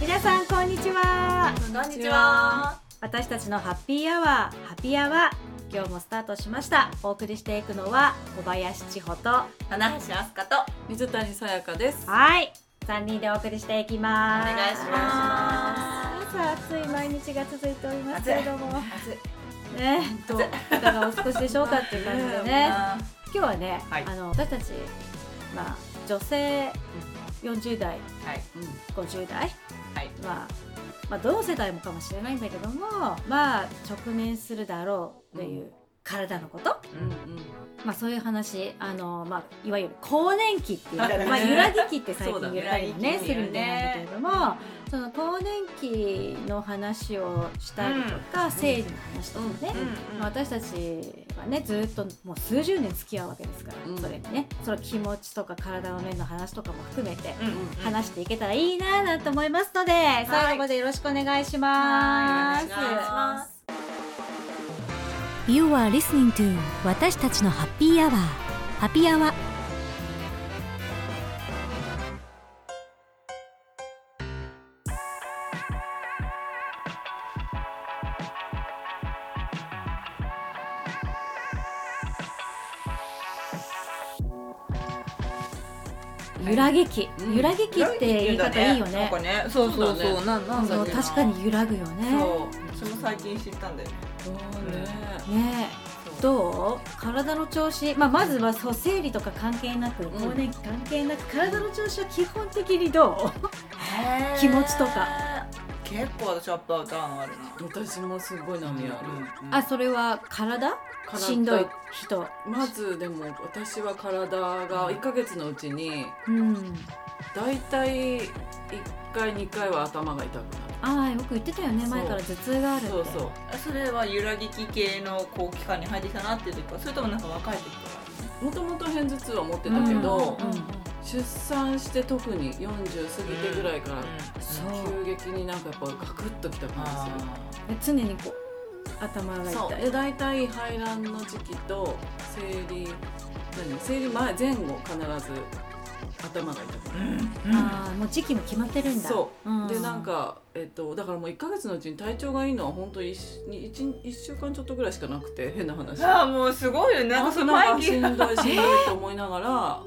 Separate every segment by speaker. Speaker 1: 皆さんこんにちは
Speaker 2: こんにちは。
Speaker 1: 私たちのハッピーアワーハピアワー今日もスタートしましたお送りしていくのは小林千穂と
Speaker 2: 花橋飛鳥と
Speaker 3: 水谷さやかです。
Speaker 1: はい3人でお送りしていきます
Speaker 2: お願いします
Speaker 1: さあ暑い毎日が続いておりますけれども
Speaker 2: 暑い
Speaker 1: ねどういかがお過ごしでしょうかっていう感じでね今日はね、
Speaker 2: はい
Speaker 1: あの私たち、まあ、女性40代
Speaker 2: はい
Speaker 1: 50代、
Speaker 2: はい
Speaker 1: まあ、まあどの世代もかもしれないんだけどもまあ直面するだろうという体のこと、
Speaker 3: うん
Speaker 1: まあ、そういう話あの、まあ、いわゆる更年期っていう、 まあ、揺らぎ期って最近言ったりね
Speaker 2: そうだね
Speaker 1: するみたいなんだけれどもその更年期の話をしたりとか、生理の話とかね、まあ
Speaker 2: ま
Speaker 1: 私たちはねずっともう数十年付き合うわけですから、
Speaker 3: うん
Speaker 1: それにねその気持ちとか体の面の話とかも含めて
Speaker 2: うん
Speaker 1: 話していけたらいいなぁなんて思いますので、最後までよろしくお願いします。
Speaker 2: お願いします
Speaker 4: You are listening to 私たちのハッピーアワーハピアワ
Speaker 1: 揺らぎ期、
Speaker 3: うん
Speaker 1: 揺らぎ期って言い方いいよ
Speaker 2: なん
Speaker 1: ね
Speaker 2: か。ね、そうそう
Speaker 3: そう
Speaker 2: そ
Speaker 3: だ
Speaker 2: う、
Speaker 3: ね
Speaker 2: なんなん
Speaker 1: そ
Speaker 2: だ
Speaker 1: う
Speaker 2: っけな。
Speaker 1: 確かに揺らぐよね。
Speaker 2: そう、それも最近知ったんだよね。
Speaker 3: そうね。
Speaker 1: ねえ
Speaker 2: そう
Speaker 1: どう体の調子、まあ、まずはそう生理とか関係なく更年期関係なく、体の調子は基本的にどう気持ちとか。
Speaker 2: 結構私やっぱ歌うのあるな。
Speaker 3: 私もすごい波ある。
Speaker 2: うん
Speaker 1: あそれは体
Speaker 3: 体
Speaker 1: しんどい人
Speaker 3: まずでも私は体が1ヶ月のうちに
Speaker 1: うん
Speaker 3: だいたい1回2回は頭が痛く
Speaker 1: あ
Speaker 3: な
Speaker 1: あよく言ってたよね
Speaker 3: そう
Speaker 1: 前から頭痛があるっ
Speaker 3: る。
Speaker 1: て
Speaker 3: そうそう。
Speaker 2: あそれは揺らぎ期系のこう期間に入ってきたなっていう時か、それともなんか若い時か。
Speaker 3: もともと片頭痛は持ってたけど、
Speaker 1: うんうん
Speaker 3: 出産して特に40過ぎてぐらいからら
Speaker 1: そう
Speaker 3: 急激になんかやっぱガクッときた感じする。
Speaker 1: で
Speaker 2: あ
Speaker 1: 常にこう頭が
Speaker 3: そう
Speaker 1: 痛い
Speaker 3: で大体排卵の時期と生理何生理前前後必ず頭が痛く
Speaker 2: ー
Speaker 3: なる、
Speaker 2: うんうん
Speaker 1: ああもう時期も決まってるんだ、
Speaker 3: そうでなんか、えっと、だからもう1か月のうちに体調がいいのは本当に 1, 週間ちょっとぐらいしかなくて変な話
Speaker 2: あーもうすごいよねなんかその前
Speaker 3: 頭がし
Speaker 2: 期
Speaker 3: んどいしんどいと思いながら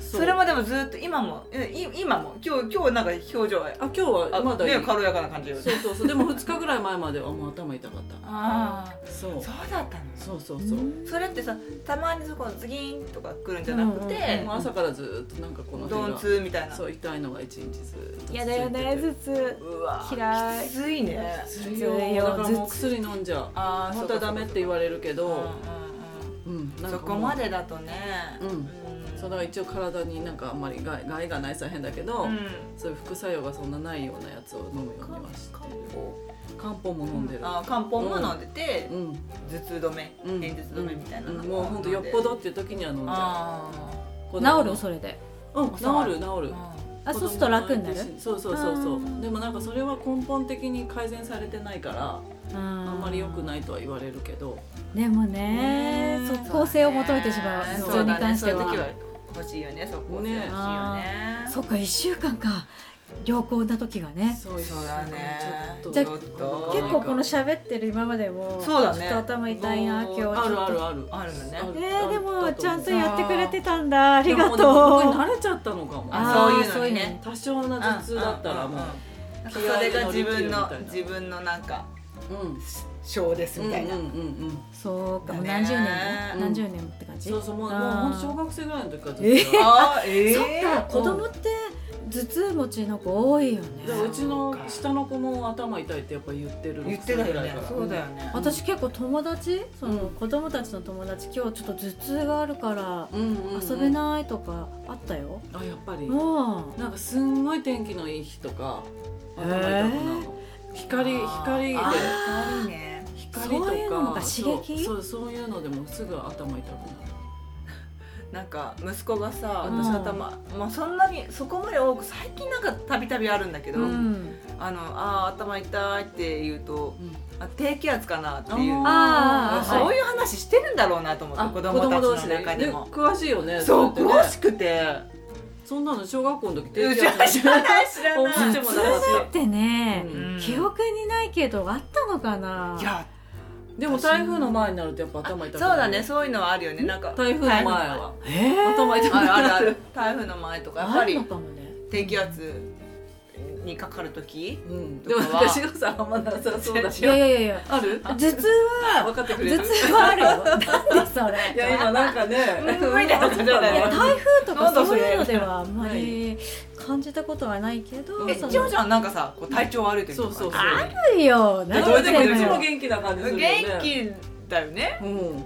Speaker 2: そうれもでもずっと今もえい今も今日今日なんか表情は
Speaker 3: あ今日は
Speaker 2: あ
Speaker 3: まだいい
Speaker 2: ね軽やかな感じよ
Speaker 3: そう そうそうでも2日ぐらい前まではもう頭痛かっ
Speaker 2: あ
Speaker 3: たそう
Speaker 2: あそうだったの
Speaker 3: そうそうそう、
Speaker 2: それってさたまにそこズギーンとか来るんじゃなくて、
Speaker 1: うん
Speaker 3: もう朝からずっとなんかこの
Speaker 2: ド
Speaker 3: 辺
Speaker 2: ン
Speaker 3: が
Speaker 2: ツーみたいな
Speaker 3: そう痛いのが一日ずっと
Speaker 1: やだやだ
Speaker 3: 続いてて
Speaker 1: 頭痛
Speaker 2: うわ
Speaker 1: 嫌い
Speaker 2: きついね
Speaker 3: するよ
Speaker 1: 頭痛よ
Speaker 3: だからもう薬飲んじゃう
Speaker 2: あ
Speaker 3: 本当はダメって言われるけ
Speaker 2: うんうん
Speaker 3: ど、うん
Speaker 2: う
Speaker 3: なんん
Speaker 2: そ
Speaker 3: か
Speaker 2: こまでだとね
Speaker 3: うん
Speaker 2: ん
Speaker 3: そうだから一応体になんかあんまり害害がないさ変だけど、
Speaker 2: うん
Speaker 3: そういう副作用がそんなないようなやつを飲むようにはしてる漢方も飲んでる
Speaker 2: あー漢方も飲んでて
Speaker 3: う、ん
Speaker 2: 頭痛止め
Speaker 3: うん
Speaker 2: 片頭痛止めみたいな
Speaker 3: うん
Speaker 2: の
Speaker 3: もうほんとよっぽどっていう時には飲んじゃ
Speaker 2: あ
Speaker 3: う
Speaker 1: 治
Speaker 3: 子供の
Speaker 1: るそれで
Speaker 3: うん治る治
Speaker 2: ー
Speaker 3: る
Speaker 2: あ
Speaker 1: あそうすると楽になる
Speaker 3: 子供のそうそうそうそ
Speaker 1: あー
Speaker 3: うでもなんかそれは根本的に改善されてないから
Speaker 1: あ
Speaker 3: あんまり良く
Speaker 1: い
Speaker 3: ないとは言われるけど
Speaker 1: でもね
Speaker 2: ね
Speaker 1: 即効性を求めてしまう
Speaker 2: ね
Speaker 1: 頭痛に関しては
Speaker 2: そ
Speaker 1: そ,、
Speaker 2: うだねそういう時は欲しいよねそこ欲しいよね
Speaker 3: ね
Speaker 1: あっか1週間か良好な時がね
Speaker 3: そう
Speaker 2: そうだね
Speaker 3: ちょっと
Speaker 1: じゃあ
Speaker 3: ちょっと
Speaker 1: 結構この喋ってる今までも
Speaker 2: そうだね
Speaker 1: ちょっと頭痛いな今日ちょっと
Speaker 3: あるあるある
Speaker 2: あるのね
Speaker 3: あ
Speaker 1: えー、でもちゃんとやってくれてたんだあ
Speaker 3: あ
Speaker 1: りがとう
Speaker 3: 慣れちゃったのかも
Speaker 2: あそういうのに
Speaker 1: あー
Speaker 3: 多少な頭痛だったらもう
Speaker 2: なんかそれが自分の
Speaker 3: 気合いで乗り切るみたいな
Speaker 2: 自分のなんか
Speaker 3: うん
Speaker 2: 賞ですみたいな、
Speaker 3: うんうんうんうん
Speaker 1: そうかもう
Speaker 2: だね
Speaker 1: 何十年も
Speaker 3: うん
Speaker 1: 何十年もって感じ、
Speaker 3: そうそうもうもう
Speaker 1: あー
Speaker 3: ほんと小学生ぐらいの時から
Speaker 1: えー
Speaker 3: ずっとやっ
Speaker 2: あえ
Speaker 1: そっか
Speaker 2: ー
Speaker 1: 子供って頭痛持ちの子多いよね
Speaker 3: てたでうちの下の子も頭痛いってやっぱ言ってる
Speaker 2: 言ってた
Speaker 3: 六歳ぐ
Speaker 2: よ
Speaker 3: らい
Speaker 2: ね
Speaker 3: から
Speaker 2: そうだよね
Speaker 1: 私結構友達そうの
Speaker 3: ん
Speaker 1: 子供たちの友達今日ちょっと頭痛があるから
Speaker 3: うんうんうん
Speaker 1: 遊べないとかあったよ
Speaker 3: あやっぱり
Speaker 1: も
Speaker 3: なんかすんごい天気のいい日とか頭痛くなるの光光で
Speaker 2: あー光ね
Speaker 3: 光と
Speaker 1: そ
Speaker 3: か
Speaker 1: ういうのが刺激
Speaker 3: そうそうそういうのでもすぐ頭痛くなる
Speaker 2: なんか息子がさ
Speaker 1: うん
Speaker 2: 私頭、まあ、そんなにそこまで多く最近なんかたびたびあるんだけ
Speaker 1: う、
Speaker 2: ど、
Speaker 1: うん、
Speaker 2: あのあー頭痛いって言うと
Speaker 3: うん
Speaker 2: あ低気圧かなっていう
Speaker 1: ああ
Speaker 2: あ
Speaker 1: ー
Speaker 2: そういう話してるんだろうなと思って子供たちの中でも
Speaker 3: ね詳しいよね
Speaker 2: そう
Speaker 3: やって
Speaker 2: 詳しくて
Speaker 3: そんなの小学校の時
Speaker 2: うん
Speaker 3: 低気
Speaker 2: 知らない
Speaker 3: 圧
Speaker 2: 知
Speaker 3: にな
Speaker 2: ら
Speaker 3: っ
Speaker 2: ない知ら
Speaker 3: 思
Speaker 2: な
Speaker 3: っ
Speaker 2: い
Speaker 3: ても
Speaker 1: だ
Speaker 3: なか
Speaker 1: っ
Speaker 3: って
Speaker 1: ね、
Speaker 3: う
Speaker 2: うん
Speaker 1: 記憶にないけどあったのかない
Speaker 2: や
Speaker 3: たでも台風の前になるとやっぱ頭痛くなる
Speaker 2: そうだねそういうのはあるよねなんか
Speaker 3: 台風の前は
Speaker 1: えー
Speaker 3: 頭痛く
Speaker 2: あるある
Speaker 3: な
Speaker 2: あ
Speaker 3: る
Speaker 2: る台風の前とかやっ
Speaker 1: あ
Speaker 2: ぱ
Speaker 1: る
Speaker 2: り
Speaker 1: のかもね
Speaker 2: 低気圧にかかる時
Speaker 3: うん
Speaker 2: と
Speaker 3: で
Speaker 2: か
Speaker 3: も
Speaker 2: は
Speaker 3: 私がさあんまなさそうだ
Speaker 1: い
Speaker 3: し
Speaker 1: やいやいやいや
Speaker 3: ある
Speaker 1: 頭痛は
Speaker 3: 分かってくれ
Speaker 1: 頭
Speaker 3: る
Speaker 1: 痛はあ るよなんでそれ
Speaker 3: いや今なんかね
Speaker 2: うんみたいなことじゃな
Speaker 1: い
Speaker 2: い
Speaker 1: や台風とか
Speaker 2: なんだ
Speaker 1: そ
Speaker 2: そうれ
Speaker 1: いうのではあんまり感じたことはないけど
Speaker 3: うん
Speaker 2: え
Speaker 1: その
Speaker 2: 千穂ちゃんなんかさこう体調悪い時と
Speaker 3: そ
Speaker 2: か
Speaker 3: うそうそう
Speaker 2: あ
Speaker 1: あるよ
Speaker 3: え
Speaker 1: 何
Speaker 3: どうやって
Speaker 1: 言って
Speaker 3: く
Speaker 1: んの
Speaker 3: れるいつ
Speaker 1: よ
Speaker 3: も元気な感じす
Speaker 2: 元
Speaker 3: るよね
Speaker 2: 気だよね
Speaker 3: うん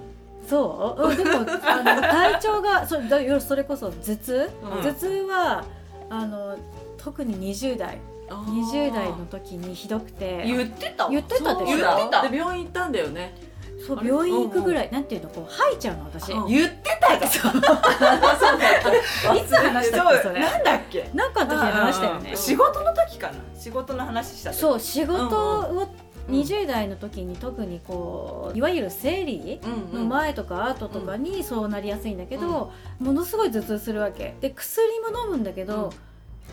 Speaker 1: そううんでもあの体調がそだよそれこそ頭痛、
Speaker 3: うん
Speaker 1: 頭痛はあの特に20代
Speaker 3: あー
Speaker 1: 20代の時にひどくて
Speaker 2: 言ってた
Speaker 1: 言ってたでし
Speaker 3: そうだ
Speaker 2: 言ってた
Speaker 3: で病院行ったんだよね
Speaker 1: ょそう
Speaker 3: あれ
Speaker 1: 病院行くぐらいなんていうのこう吐いちゃうの私、
Speaker 3: うん
Speaker 2: 言ってたじゃん
Speaker 1: いつ話したっけそれ
Speaker 2: なんだっけ
Speaker 1: なんかの時に話したよ
Speaker 2: うんうん
Speaker 1: ね
Speaker 2: うん仕事の時かな仕事の話した時
Speaker 1: そう仕事を
Speaker 3: うん
Speaker 1: 20代の時に特にこういわゆる生理
Speaker 3: う
Speaker 1: の
Speaker 3: ん
Speaker 1: 前とか後とかにそうなりやすいんだけど、ものすごい頭痛するわけで薬も飲むんだけど、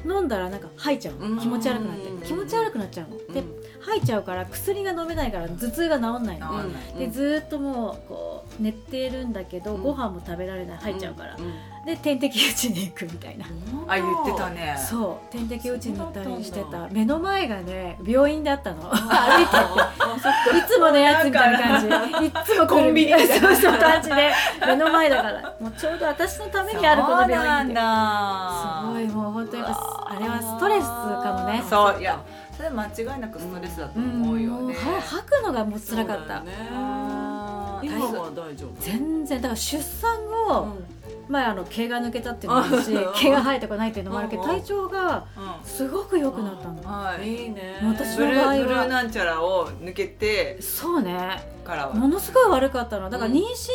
Speaker 1: 飲んだらなんか吐いちゃうの、
Speaker 3: うん
Speaker 1: 気持ち悪くなって、
Speaker 3: うん
Speaker 1: 気持ち悪くなっちゃうの、で
Speaker 3: うん
Speaker 1: 吐いちゃうから薬が飲めないから頭痛が治んないの、
Speaker 2: わか
Speaker 3: うん
Speaker 2: ない
Speaker 1: でずーっともうこう寝てるんだけど、
Speaker 3: うん
Speaker 1: ご飯も食べられない吐いちゃうから、
Speaker 3: んん
Speaker 1: で点滴打ちに行くみたいな。
Speaker 2: あ言ってたね
Speaker 1: そう点滴打ちに行ったりして
Speaker 3: そうだ
Speaker 1: た目の前がね病院だったの
Speaker 3: 歩いて あそっか
Speaker 1: いつものやつみたいな感じいっつも来る
Speaker 2: コンビニみたいな
Speaker 1: そうそう感じで目の前だからもうちょうど私のためにあるこの病
Speaker 2: そうな
Speaker 1: 院っ
Speaker 2: ん
Speaker 1: て
Speaker 2: だ
Speaker 1: すごいもう本当にやっぱあれはストレスかもね
Speaker 2: そういやそれ間違いなくストレスだと思うよ
Speaker 1: もう
Speaker 2: ね
Speaker 1: は吐くのがもう辛かっ
Speaker 3: そう
Speaker 1: た、
Speaker 3: だよね
Speaker 2: あー
Speaker 3: 今は大丈夫
Speaker 1: 全然だから出産後、まあ、あの毛が抜けたっていうのもあるし
Speaker 3: あ
Speaker 1: 毛が生えてこないっていうのもあるけど
Speaker 3: うんうん
Speaker 1: 体調が
Speaker 2: う
Speaker 1: すごく良くなったの
Speaker 2: んは
Speaker 3: うん
Speaker 2: い
Speaker 3: いいね
Speaker 1: 私
Speaker 2: ブ
Speaker 1: の
Speaker 2: ル
Speaker 1: 場合は
Speaker 2: ーブルーなんちゃらを抜けて
Speaker 1: そうね
Speaker 2: からは
Speaker 1: ものすごい悪かったのだから
Speaker 3: うん
Speaker 1: 妊娠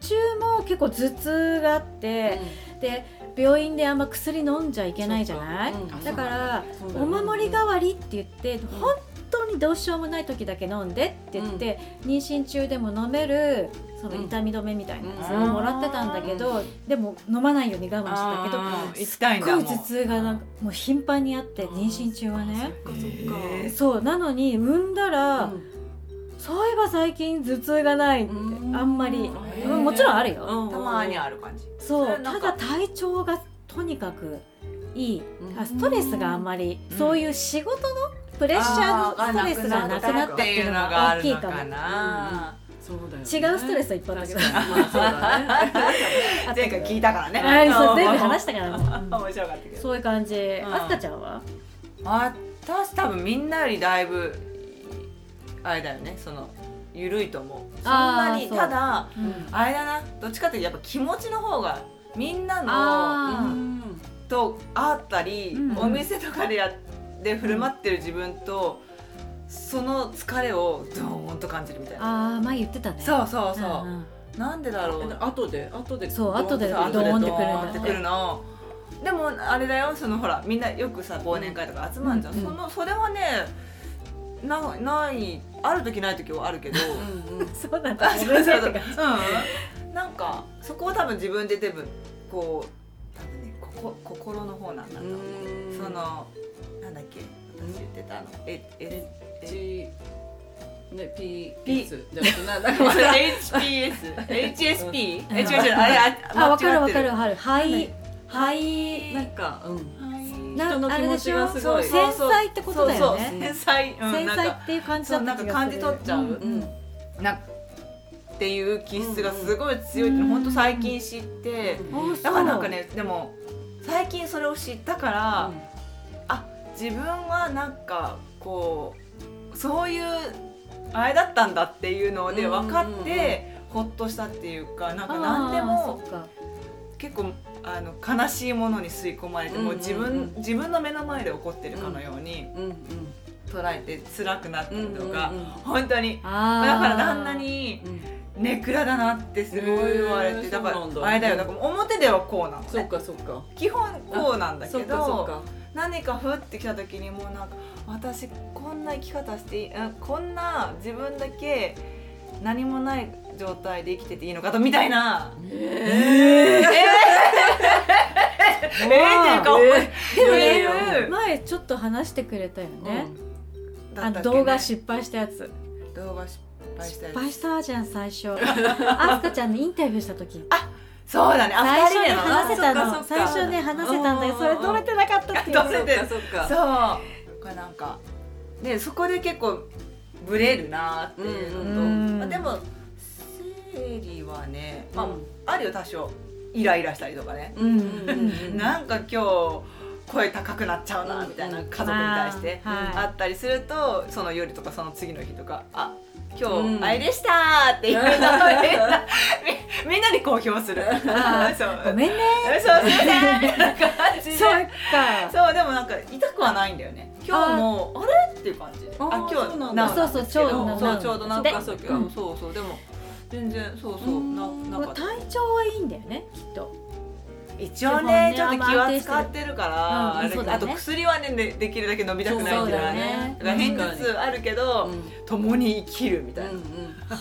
Speaker 1: 中も結構頭痛があって、で病院であんま薬飲んじゃいけないじゃない、
Speaker 3: そうかうん
Speaker 1: だから
Speaker 3: そうだよ
Speaker 1: お
Speaker 3: ね
Speaker 1: 守り代わりって言って、本当にどうしようもない時だけ飲んでって言って、妊娠中でも飲めるその痛み止めみたいなやつをもらってたんだけど、でも飲まないように我慢してたけど。
Speaker 2: あー行きたいん
Speaker 1: すっご
Speaker 2: だも
Speaker 1: い
Speaker 2: ん
Speaker 1: 頭痛がなんかもう頻繁にあって妊娠中はね
Speaker 3: そっかそっか
Speaker 2: えー
Speaker 1: そうなのに産んだら、そういえば最近頭痛がないって
Speaker 3: うん
Speaker 1: あんまり、
Speaker 3: へ
Speaker 2: ー
Speaker 1: うんもちろんあるよ、
Speaker 3: うん
Speaker 2: たまにある感じ
Speaker 1: そ
Speaker 2: それ
Speaker 1: う
Speaker 2: な
Speaker 1: た
Speaker 2: ん
Speaker 1: だ
Speaker 2: か
Speaker 1: 体調がとにかくいい、
Speaker 3: うん
Speaker 1: あストレスがあんまり、
Speaker 2: うん
Speaker 1: そういう仕事のプレッシャーのストレスがなくなったっていうのが大きいかも
Speaker 2: っていうのがあ
Speaker 3: そうだよね
Speaker 1: 違うストレスはいっぱいあったけど
Speaker 3: 確かにまあそうだ
Speaker 2: るの
Speaker 3: ね
Speaker 2: かな前回聞いたからね
Speaker 1: あーそううん全部話したから
Speaker 2: 面
Speaker 1: もう、
Speaker 2: 白かったけど
Speaker 1: そういう感じ、
Speaker 2: ん
Speaker 1: あすかちゃんは
Speaker 2: 私多分みんなよりだいぶあれだよねその緩いと思うそんな
Speaker 1: あー
Speaker 2: に
Speaker 1: そう
Speaker 2: ただ
Speaker 1: う
Speaker 2: あれだなどっちかっていうとやっぱ気持ちの方がみんなの
Speaker 1: あー
Speaker 3: うん
Speaker 2: と会ったり、
Speaker 1: うん
Speaker 2: お店とかでやで振る舞ってる自分と、その疲れをドーンと感じるみたいな
Speaker 1: ああ前言ってたね
Speaker 2: そうそうそう、
Speaker 1: んん
Speaker 2: なんでだろう
Speaker 3: 後で後で
Speaker 1: そう後で
Speaker 2: そう
Speaker 1: ドーンってくるんだよね
Speaker 2: ドーンってくるのでもあれだよそのほらみんなよくさ忘年会とか集まるじゃん、
Speaker 1: うんうん
Speaker 2: そのそれはねなないある時ない時はあるけど
Speaker 3: うんうん
Speaker 1: そうなん
Speaker 2: あ
Speaker 1: だ
Speaker 2: そ
Speaker 1: ご
Speaker 2: う
Speaker 1: めん
Speaker 2: そ
Speaker 1: ね
Speaker 2: うそう
Speaker 1: って感じ
Speaker 2: うんなんかそこは多分自分で多分こう多分ねここ心の方なんだと思う
Speaker 3: うん
Speaker 2: そのなんだっけ私言ってたあのええ
Speaker 3: G ね P
Speaker 2: P
Speaker 3: S じゃなくて ななんか
Speaker 2: HPS HSP え違う違うあれ
Speaker 1: あ
Speaker 2: わ
Speaker 1: わかるわかるわかるはいはい
Speaker 3: なんかうん
Speaker 2: な
Speaker 1: な
Speaker 3: 人の気持ちがすごい
Speaker 1: あれでしょ繊細ってことだよ
Speaker 2: そうそう
Speaker 1: ね
Speaker 2: 繊細、うん、
Speaker 1: 繊
Speaker 2: なん
Speaker 1: 細
Speaker 2: か
Speaker 1: っていう感じ
Speaker 2: そ
Speaker 1: だ
Speaker 2: う
Speaker 1: った
Speaker 2: なんか
Speaker 1: 気がする
Speaker 2: 感じ取っちゃう、
Speaker 1: んん
Speaker 2: なっていう気質がすごい強いって本当最近知って、
Speaker 1: あ
Speaker 2: だからなんかねでも最近それを知ったから、
Speaker 3: う
Speaker 2: 自分はなんかこうそういうあれだったんだっていうので分かって、ほっとしたっていうかなんか何で
Speaker 1: あー
Speaker 2: も
Speaker 1: そっか
Speaker 2: 結構あの悲しいものに吸い込まれて、もう自分、
Speaker 3: うんうんうん
Speaker 2: 自分の目の前で起こってるかのように
Speaker 3: んうん
Speaker 2: 捉えて辛くなったり
Speaker 3: うん
Speaker 2: とか、
Speaker 3: うんうん
Speaker 2: 本当に
Speaker 1: あー
Speaker 2: だから旦那に
Speaker 3: うん
Speaker 2: 「ネクラだな」ってすごい言われ
Speaker 3: へ
Speaker 2: て
Speaker 3: ー
Speaker 2: だから
Speaker 3: そうなんだ
Speaker 2: あれだよだから表ではこうなの
Speaker 3: そっ
Speaker 2: ね
Speaker 3: かそっか
Speaker 2: 基本こうなんだけ
Speaker 3: そっかそっ
Speaker 2: ど
Speaker 3: か
Speaker 2: 何かふってきた時にもうなんか私こんな生き方していいうんこんな自分だけ何もない状 態で生きてていいのかとみたいな
Speaker 3: え
Speaker 2: え
Speaker 3: え
Speaker 2: ー、っていう
Speaker 1: で
Speaker 2: か、
Speaker 1: も
Speaker 2: 言
Speaker 1: ね
Speaker 2: える
Speaker 1: 前ちょっと話してくれたよね、
Speaker 2: だ
Speaker 1: あ
Speaker 2: ったっけね
Speaker 1: 動画失敗したやつ
Speaker 2: 動画失敗した
Speaker 1: 失
Speaker 2: やつ
Speaker 1: 敗したじゃん最初あすかちゃんのインタビューした時
Speaker 2: そうだねあ
Speaker 1: 最初
Speaker 2: 二
Speaker 1: に
Speaker 2: 人で
Speaker 1: 話せたの
Speaker 3: あそっかそっ
Speaker 1: 最
Speaker 3: か
Speaker 1: 初ね話せたんだけど
Speaker 3: うん
Speaker 1: そ
Speaker 3: うんう
Speaker 1: れ
Speaker 3: ん
Speaker 1: 撮れてなかったっていう
Speaker 2: 撮れ
Speaker 3: そっかそっか
Speaker 2: そうこれなんかでそこで結構ブレるなっていうのと、
Speaker 1: うんうん
Speaker 2: まあ、でも生理はね、まあ
Speaker 3: うん
Speaker 2: あるよ多少イライラしたりとかね、
Speaker 3: うんうんうんうん
Speaker 2: なんか今日声高くなっちゃうなみたいな
Speaker 3: うん
Speaker 2: 家族に対して
Speaker 1: まあはい
Speaker 2: あったりすると、その夜とかその次の日とか「あ
Speaker 3: う
Speaker 2: 今
Speaker 3: ん
Speaker 2: 日あれでした!」ってい うのをみんなみみんなに公表する。
Speaker 1: あ
Speaker 2: そう
Speaker 1: ごめんね
Speaker 2: そうすいませんみたいな感じで
Speaker 1: そっか
Speaker 2: そうでもなんか痛くはないんだよね今日もあれっていう感じで
Speaker 3: あーそうなんだ
Speaker 2: なおなん
Speaker 1: そう
Speaker 2: ですけど
Speaker 1: そうちょうどなお
Speaker 2: そうちょうどなん
Speaker 1: で
Speaker 2: かそう
Speaker 3: うん
Speaker 2: うんそうそうでも全然そうそううんななんか
Speaker 1: 体調はいいんだよねきっと
Speaker 2: 一応
Speaker 1: 基本ね
Speaker 2: ねちょっと気
Speaker 1: 安定
Speaker 2: は
Speaker 1: してる
Speaker 2: 使ってるか
Speaker 1: うん
Speaker 2: らあれ
Speaker 1: そうだね
Speaker 2: あと薬はねでできるだけ飲みたくないっていうのはね
Speaker 1: そうだ
Speaker 2: だから
Speaker 1: ね
Speaker 2: 変頭痛あるけど共に生きるみたいな
Speaker 3: は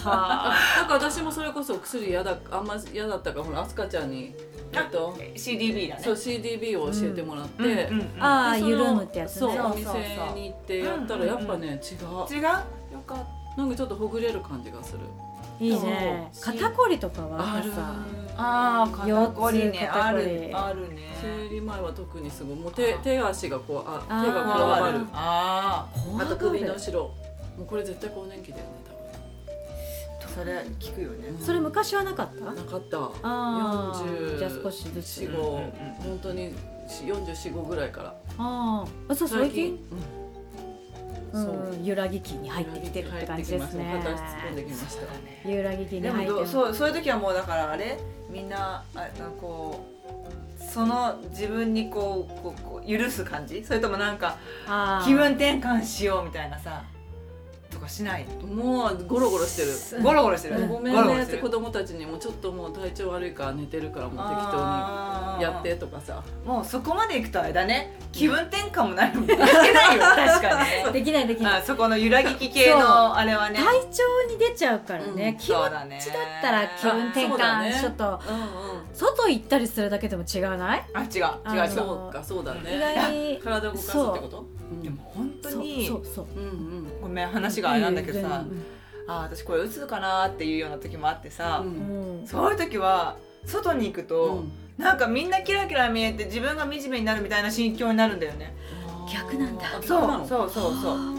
Speaker 3: あ、なんか私もそれこそ薬嫌だあんま嫌だったからほらあすかちゃんにえっと
Speaker 2: CDB だね
Speaker 3: そう CDB を教えてもらって、
Speaker 2: うんうん
Speaker 3: で
Speaker 2: うん
Speaker 1: あー
Speaker 3: その
Speaker 1: 緩むってやつね
Speaker 3: そう
Speaker 1: そう
Speaker 3: お
Speaker 2: そう
Speaker 3: 店
Speaker 2: そう
Speaker 3: に行ってやったらやっぱね、違う
Speaker 2: 違う
Speaker 3: よかったなんかちょっとほぐれる感じがする
Speaker 1: いいね
Speaker 3: そう
Speaker 1: 肩こりとかは
Speaker 3: ある
Speaker 1: さ
Speaker 2: ああ
Speaker 1: 腰
Speaker 2: 肩
Speaker 1: 痛
Speaker 2: こりねあ
Speaker 1: 肩こ
Speaker 2: る
Speaker 1: り
Speaker 2: あるね
Speaker 3: 生理前は特にすごいもう手手足がこうあ
Speaker 1: あー
Speaker 3: 手がこわばる
Speaker 2: ああ
Speaker 3: あと首の後ろもうこれ絶対更年期だよね
Speaker 2: それ聞くよね
Speaker 1: それ昔はなかった
Speaker 3: 多分なかった
Speaker 1: あ
Speaker 3: 40
Speaker 1: ーじゃあ少しず
Speaker 3: 四
Speaker 1: つ
Speaker 3: 五
Speaker 2: うんうんうん
Speaker 3: 本当に四十四五ぐらいから
Speaker 1: あーあそう最近、
Speaker 3: うんそう
Speaker 1: うん揺らぎ期に入ってきてるって感じですね
Speaker 3: 片足突っ込んできました
Speaker 1: 揺らぎ期に
Speaker 2: でも
Speaker 1: 入って
Speaker 2: どう
Speaker 1: ます
Speaker 2: そうそういう時はもうだからあれみんなあなんかこうその自分にこうこうこう許す感じそれともなんか
Speaker 1: あー
Speaker 2: 気分転換しようみたいなさとかしない
Speaker 3: もうゴロゴロしてる
Speaker 2: ゴロゴロして
Speaker 1: う
Speaker 2: る
Speaker 3: ごめん
Speaker 2: ゴロゴ
Speaker 3: ね
Speaker 2: ロ
Speaker 3: っ
Speaker 2: して
Speaker 3: て
Speaker 2: る
Speaker 3: 子供たちにもちょっともう体調悪いから寝てるからもう適当
Speaker 2: あ
Speaker 3: に
Speaker 2: ー
Speaker 3: やってとかさ
Speaker 2: もうそこまでいくとあれだね気分転換も何もできないよ確かに
Speaker 1: できないできない
Speaker 2: あそこの揺らぎき系のあれはね
Speaker 1: 体調に出ちゃうからね、
Speaker 3: うん
Speaker 1: 気持
Speaker 2: だね
Speaker 1: ちだったら気分転
Speaker 3: そうだ
Speaker 1: 換
Speaker 3: ね
Speaker 1: ちょっと、
Speaker 3: うん
Speaker 1: 外行ったりするだけでも違うない
Speaker 2: あ違う
Speaker 1: あ
Speaker 2: 違
Speaker 1: の
Speaker 2: う違う
Speaker 3: そうかそうだ
Speaker 1: 意
Speaker 3: ね
Speaker 1: 外に
Speaker 3: 体動かすってことうん
Speaker 2: でも本当
Speaker 1: そう
Speaker 2: に
Speaker 1: そうそう
Speaker 3: うんうん
Speaker 2: ごめん話があれなんだけどさ
Speaker 1: いいよ
Speaker 2: あー私これ鬱かなーっていうような時もあってさ、
Speaker 3: うん
Speaker 1: 全然うん
Speaker 2: そういう時は外に行くと、なんかみんなキラキラ見えて自分が惨めになるみたいな心境になるんだよね
Speaker 1: 逆なんだ
Speaker 3: あ
Speaker 2: そう
Speaker 3: なの
Speaker 2: そうそうそう
Speaker 1: あ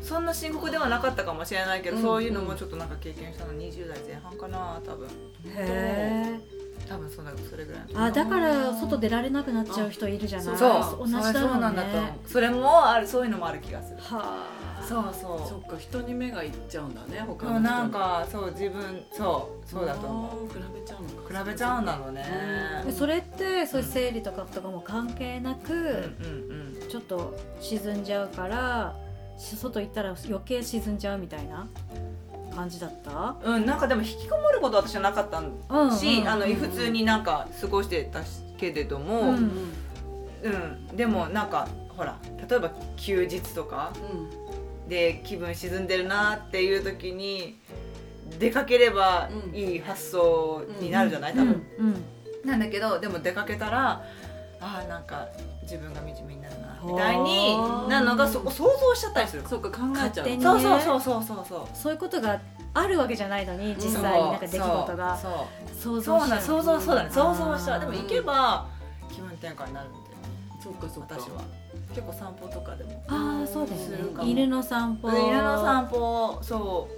Speaker 2: そんな深刻ではなかったかもしれないけど、
Speaker 3: うん
Speaker 2: そういうのもちょっとなんか経験したの20代前半かな多分
Speaker 1: ーへえ
Speaker 2: 多分そんなそれぐらいの時
Speaker 1: あだから外出られなくなっちゃう人いるじゃない
Speaker 2: そう
Speaker 1: 同じだろう、ね、
Speaker 2: そうなんだと思うそれもあるそういうのもある気がする
Speaker 1: はあ
Speaker 2: そうそう
Speaker 3: そっか人に目がいっちゃうんだね他
Speaker 2: そう
Speaker 3: の人に
Speaker 2: なんかそう自分そうそうだと思
Speaker 3: あー比べちゃうの
Speaker 2: う
Speaker 3: か
Speaker 2: 比べちゃうんだろうね
Speaker 1: でそれってそういう生理とかとかも関係な
Speaker 2: うん
Speaker 1: く、
Speaker 2: うん
Speaker 1: ちょっと沈んじゃうからし外行ったら余計沈んじゃうみたいな感じだった
Speaker 2: うんうんなんかでも引きこもることは私はなかったん
Speaker 1: うんうん
Speaker 2: し、あの
Speaker 3: うん
Speaker 2: 普通になんか過ごしてたけれど
Speaker 1: う
Speaker 2: も、うんん
Speaker 3: うん
Speaker 2: でもなんかほら例えば休日とかで気分沈んでるなっていう時に出かければ
Speaker 3: うん
Speaker 2: いい発想になるじゃない、多分、
Speaker 1: うんうん
Speaker 2: なんだけどでも出かけたらああなんか自分が惨めになるなみたいに
Speaker 1: ほー
Speaker 2: なのがそ想像しちゃったりする
Speaker 3: そっか考えちゃ
Speaker 1: 勝手
Speaker 3: う
Speaker 1: に
Speaker 3: の
Speaker 2: そうそうそうそうそうそう
Speaker 1: そういうことがあるわけじゃないのに実際になんか出来事が
Speaker 2: そうそう
Speaker 1: 想像しちゃ
Speaker 2: そうなん想像そうだね想像したでも
Speaker 1: あ
Speaker 2: 行けば気分転換になるんで
Speaker 3: そっかそっか
Speaker 2: 私は結構散歩とかでも
Speaker 1: ーあーそうです
Speaker 2: するか
Speaker 1: ね
Speaker 2: も
Speaker 1: 犬の散歩
Speaker 2: 犬の散歩そ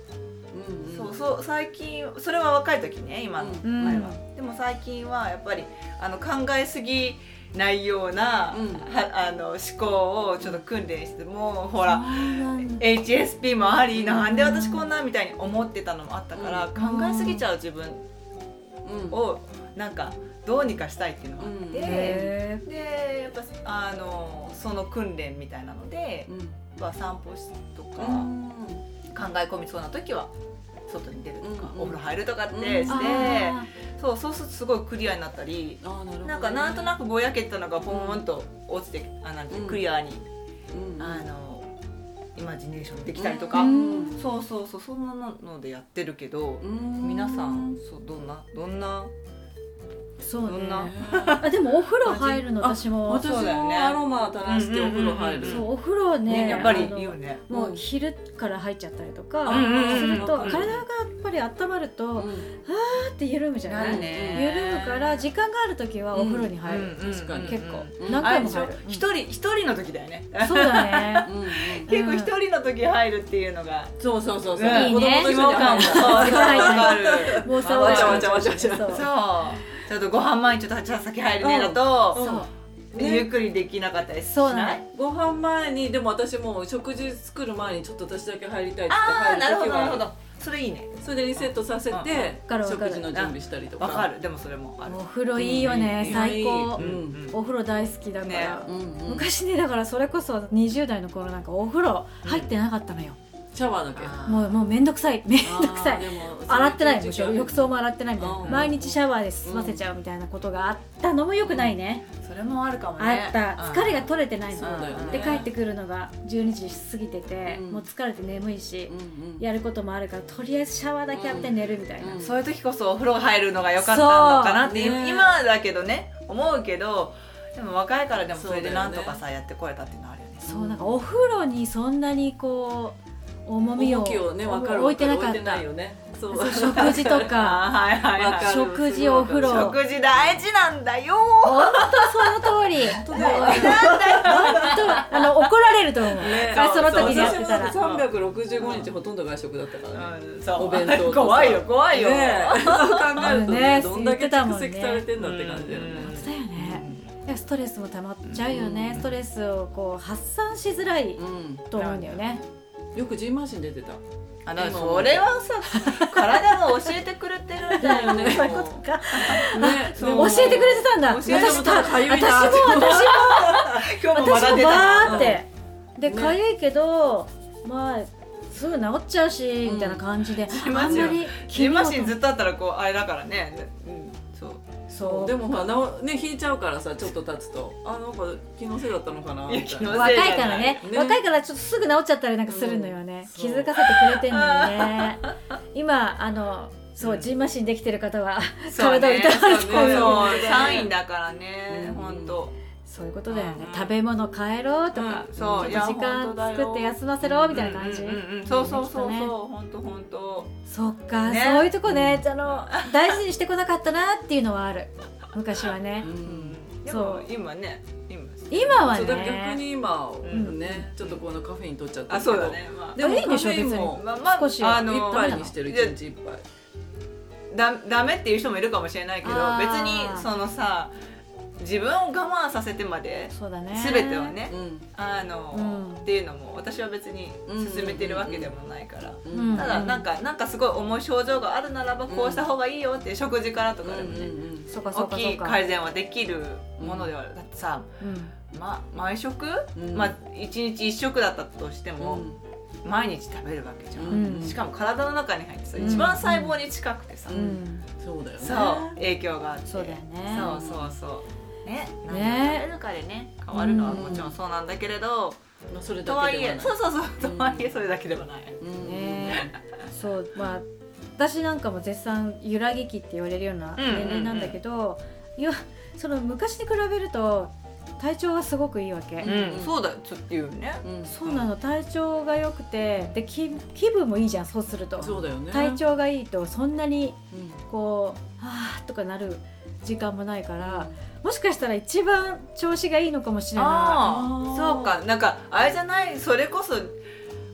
Speaker 3: うん
Speaker 2: う,、
Speaker 3: うん
Speaker 2: そうそう最近それは若い時ね今の
Speaker 3: うん
Speaker 1: うん
Speaker 2: 前は、でも最近はやっぱりあの考えすぎないような、
Speaker 3: うん
Speaker 2: はあの思考をちょっと訓練してもうほ
Speaker 1: そう
Speaker 2: ら
Speaker 1: なんだ
Speaker 2: HSP もありなんで私こんなみたいに思ってたのもあったから、
Speaker 3: うん
Speaker 2: 考えすぎちゃう自分
Speaker 3: うん
Speaker 2: をなんかどうにかしたいっていうのがあって、
Speaker 3: うん
Speaker 1: へ
Speaker 2: でやっぱあのその訓練みたいなので、
Speaker 3: うん
Speaker 2: まあ、散歩しとか、
Speaker 3: うん
Speaker 2: 考え込みそうな時は外に出るとか、
Speaker 3: うんうん
Speaker 2: お風呂入るとかって
Speaker 3: う
Speaker 2: し
Speaker 3: ん
Speaker 2: て、
Speaker 1: ーあ
Speaker 2: そうそうするとすごいクリアになったり
Speaker 3: あーなるほどね
Speaker 2: なんかなんとなくぼやけてたのがポーンと落ちてあなんていう
Speaker 3: うん
Speaker 2: クリアに、
Speaker 3: うん
Speaker 2: あのイマジネーションできたりとか、
Speaker 3: うん
Speaker 2: そうそうそうそんなのでやってるけど、
Speaker 3: うん
Speaker 2: 皆さんそうどんなどんな
Speaker 1: ーそうね
Speaker 2: 女
Speaker 1: あでもお風呂入るの
Speaker 3: あ
Speaker 1: 私も
Speaker 3: 私
Speaker 1: そ
Speaker 2: そうだよね
Speaker 3: もアロマ垂らしてお風呂入
Speaker 2: うん
Speaker 3: る
Speaker 2: うんうん
Speaker 1: うお風呂ね
Speaker 2: ねやっぱり
Speaker 1: あの
Speaker 2: いいよね
Speaker 1: もう昼から入っちゃったりとか
Speaker 2: うんうんうん
Speaker 1: すると
Speaker 3: うん
Speaker 1: 体がやっぱり温まると
Speaker 3: うん
Speaker 1: パって緩むじゃ
Speaker 2: な
Speaker 1: ない
Speaker 2: る
Speaker 1: 緩
Speaker 2: ね
Speaker 1: むから時間がある時はお風呂に入る、
Speaker 3: 確かに
Speaker 1: 結構、
Speaker 3: うん
Speaker 1: 何
Speaker 2: あ
Speaker 1: 回
Speaker 2: れ
Speaker 1: も
Speaker 2: でしょ
Speaker 1: 入る、うん
Speaker 2: 一人一人の時だよね
Speaker 1: そう だね
Speaker 3: うんうん
Speaker 2: 結構一人の時入るっていうのが
Speaker 3: そうそうそうそう、
Speaker 2: ね
Speaker 1: いいね
Speaker 3: 子供と一緒に入る
Speaker 2: そうわかる
Speaker 1: もうそう
Speaker 3: わちゃわちゃわちゃわちゃ
Speaker 1: そう
Speaker 2: そうちょっとご飯前にちょっとじゃあ先入るねだ
Speaker 1: そう
Speaker 2: と
Speaker 1: そう
Speaker 3: ね
Speaker 2: ゆっくりできなかったりし
Speaker 1: そう
Speaker 2: な
Speaker 1: ない
Speaker 3: ご飯前にでも私もう食事作る前にちょっと私だけ入りたいって
Speaker 2: ああ
Speaker 3: 言って
Speaker 2: なるほ
Speaker 3: 入る時
Speaker 2: どなるほ
Speaker 3: は
Speaker 2: どそれいいね
Speaker 3: それでリセットさせ
Speaker 2: うんうん
Speaker 3: て
Speaker 1: かるわか
Speaker 3: 食
Speaker 1: る
Speaker 3: 事の準備したりとか
Speaker 2: わかるでもそれもある
Speaker 1: お風呂いいよね、
Speaker 3: うん
Speaker 1: 最高、
Speaker 3: うん
Speaker 1: お風呂大好きだから、
Speaker 2: ね
Speaker 3: うんうん
Speaker 1: 昔ねだからそれこそ20代の頃なんかお風呂入ってなかったのよ、
Speaker 3: シャワーだけ
Speaker 1: もうもう面倒くさい面倒くさい洗ってないもん
Speaker 3: よ
Speaker 1: 浴槽も洗ってないみたいな、
Speaker 3: うん
Speaker 1: 毎日シャワーで済ませちゃうみたいなことがあったのもよくないね、
Speaker 2: それもあるかも
Speaker 1: あ
Speaker 2: ね
Speaker 1: った疲れが取れてない
Speaker 3: そう
Speaker 1: の、
Speaker 3: だよ
Speaker 1: で
Speaker 3: ね
Speaker 1: 帰ってくるのが12時過ぎてて、
Speaker 3: うん
Speaker 1: もう疲れて眠いし、
Speaker 3: うんうん
Speaker 1: やることもあるからとりあえずシャワーだけ浴びて寝るみたいな、
Speaker 3: うん
Speaker 2: そういう時こそお風呂入るのが良かったのかなって、
Speaker 3: そうね
Speaker 2: 今だけどね思うけどでも若いからでもそれで
Speaker 3: そうだ
Speaker 2: なん
Speaker 3: よね
Speaker 2: とかさ、やってこれたっていうのはあるよね
Speaker 1: そうなんかお風呂にそんなにこう重みを
Speaker 3: 重きをね分かる
Speaker 1: 置いてなかっ
Speaker 3: 置い
Speaker 1: た
Speaker 3: ないよねそう
Speaker 1: そう食 事とか
Speaker 2: あはいはい
Speaker 3: わ
Speaker 2: は
Speaker 3: か
Speaker 2: い
Speaker 3: る
Speaker 1: 食事お風呂
Speaker 2: 食事大事なんだよ
Speaker 1: 本当その通り
Speaker 3: 当だよ
Speaker 1: 本当あの怒られると思う、あその時にやってたら
Speaker 3: 私も365日ほとんど外食だったからね
Speaker 2: うんそう
Speaker 3: お弁当とか
Speaker 2: 怖いよ怖いよ、
Speaker 3: ねえ そう考えると
Speaker 1: あるね
Speaker 3: ねどんだけ蓄積されてんだ
Speaker 2: な
Speaker 3: って感じだよね
Speaker 1: そうだよねやっぱストレスも溜まっちゃうよね、ストレスをこう発散しづらい
Speaker 3: うん
Speaker 1: と思うんだよね、
Speaker 3: よくジンマシン出てた
Speaker 2: あだからそれはさ体が教えてくれてるんだよ ね
Speaker 1: そういうことか
Speaker 3: ね
Speaker 2: そう
Speaker 1: 教えてくれてたんだ
Speaker 2: 教えてもら
Speaker 1: 私
Speaker 2: った
Speaker 3: ら
Speaker 1: 私
Speaker 3: かゆい
Speaker 1: も
Speaker 3: な
Speaker 1: 私も
Speaker 2: 今日もま
Speaker 1: 私
Speaker 2: だ
Speaker 1: も
Speaker 2: 出た
Speaker 1: バーって、で
Speaker 3: ね
Speaker 1: かゆいけどまあすぐ治っちゃうし、
Speaker 3: うん
Speaker 1: みたいな感じであん
Speaker 2: マ
Speaker 1: ま
Speaker 2: シン
Speaker 1: り
Speaker 2: ジンマシンず
Speaker 1: ず
Speaker 2: っとあったらこうあれだからね、うん、そう
Speaker 1: そう
Speaker 3: でもまあなおね引いちゃうからさちょっと経つとあなんか気のせいだったのかなみ
Speaker 2: いや
Speaker 3: たい
Speaker 2: 気の
Speaker 3: な
Speaker 2: せ
Speaker 1: 若いからね
Speaker 3: ね
Speaker 1: 若いからちょっとすぐ治っちゃったりなんかするのよね、
Speaker 3: うん
Speaker 1: 気づかせてくれてんのにね今あのそう、ジンマシンできてる方は
Speaker 2: そうね
Speaker 1: 体を痛まると
Speaker 2: そう
Speaker 1: 思う
Speaker 2: ね
Speaker 1: よ
Speaker 2: そうサインだからね、
Speaker 3: うん
Speaker 2: 本当。
Speaker 1: そういうことだよね、
Speaker 2: うん
Speaker 1: 食べ物変えろとか、
Speaker 2: うん
Speaker 1: ちょ
Speaker 2: そ
Speaker 1: っと
Speaker 2: う
Speaker 1: い
Speaker 2: や
Speaker 1: 時間
Speaker 2: 本当だよ
Speaker 1: 作って休ませろみたいな感じ、
Speaker 2: うんうんうんそうそうそうそう、
Speaker 1: ね
Speaker 2: 本当本当。
Speaker 1: そっか、
Speaker 2: ね
Speaker 1: そういうとこね、あの大事にしてこなかったなっていうのはある昔はね
Speaker 3: う、ん
Speaker 2: で
Speaker 1: そ
Speaker 2: も
Speaker 1: う
Speaker 2: 今ね、今。
Speaker 1: 今は
Speaker 3: そうだから逆
Speaker 1: ね
Speaker 3: に今を
Speaker 2: うん
Speaker 3: ねちょっとこのカフェイン取っちゃった
Speaker 2: あ、そうだね。まあ
Speaker 3: でも
Speaker 1: あいい
Speaker 3: カ
Speaker 1: でし
Speaker 3: フ
Speaker 1: ょ
Speaker 3: ェインも
Speaker 2: まあまあ
Speaker 1: 少し
Speaker 2: あ
Speaker 3: 一
Speaker 2: の
Speaker 3: 杯にしてる一日一杯
Speaker 2: だダメっていう人もいるかもしれないけど
Speaker 1: あー
Speaker 2: 別にそのさ自分を我慢させてまで
Speaker 1: そうだね
Speaker 2: 全てをね
Speaker 3: うん
Speaker 2: あの、
Speaker 1: うん
Speaker 2: っていうのも私は別に進めてるわけでもないから、
Speaker 3: うん
Speaker 1: うん
Speaker 2: ただなんかなんかすごい重い症状があるならばこうした方がいいよって食事からとかでもね、
Speaker 3: うん
Speaker 1: そうかそ
Speaker 2: 大
Speaker 1: うか
Speaker 2: き
Speaker 1: そう
Speaker 2: い
Speaker 1: か、
Speaker 2: 改善はできるものではある、だってさ、
Speaker 1: うん、
Speaker 2: ま、毎食、
Speaker 3: うん
Speaker 2: まあ、1日1食だったとしても、毎日食べるわけじゃん、
Speaker 3: うん
Speaker 2: しかも体の中に入ってさ、
Speaker 3: うん
Speaker 2: 一番細胞に近くてさ、
Speaker 3: う
Speaker 1: うん、
Speaker 3: そうだよね
Speaker 2: そう影響があって
Speaker 1: そうだよね
Speaker 2: そうそうそうね
Speaker 1: ね
Speaker 2: 何を食べるかでね変わるのはもちろんそうなんだけれど、
Speaker 3: まあそれだけで
Speaker 2: と
Speaker 3: はな
Speaker 2: はいいえそうそうそう
Speaker 3: うん
Speaker 2: とはいえそれだけではない、
Speaker 3: うん
Speaker 1: ねそうまあ私なんかも絶賛揺らぎ期って言われるような年齢なんだけど、いやその昔に比べると体調がすごくいいわけ、
Speaker 3: ん
Speaker 2: うんそうだちょっと言うね
Speaker 3: うん
Speaker 1: そうなの体調が良くてで気気分もいいじゃんそうすると、
Speaker 3: そうだよね
Speaker 1: 体調がいいとそんなに
Speaker 3: うん
Speaker 1: こう「はあ」とかなる時間もないから、もしかしたら一番調子がいいのかもしれな
Speaker 2: あ
Speaker 3: あー
Speaker 2: あそうかなんかあれじゃないそれこそ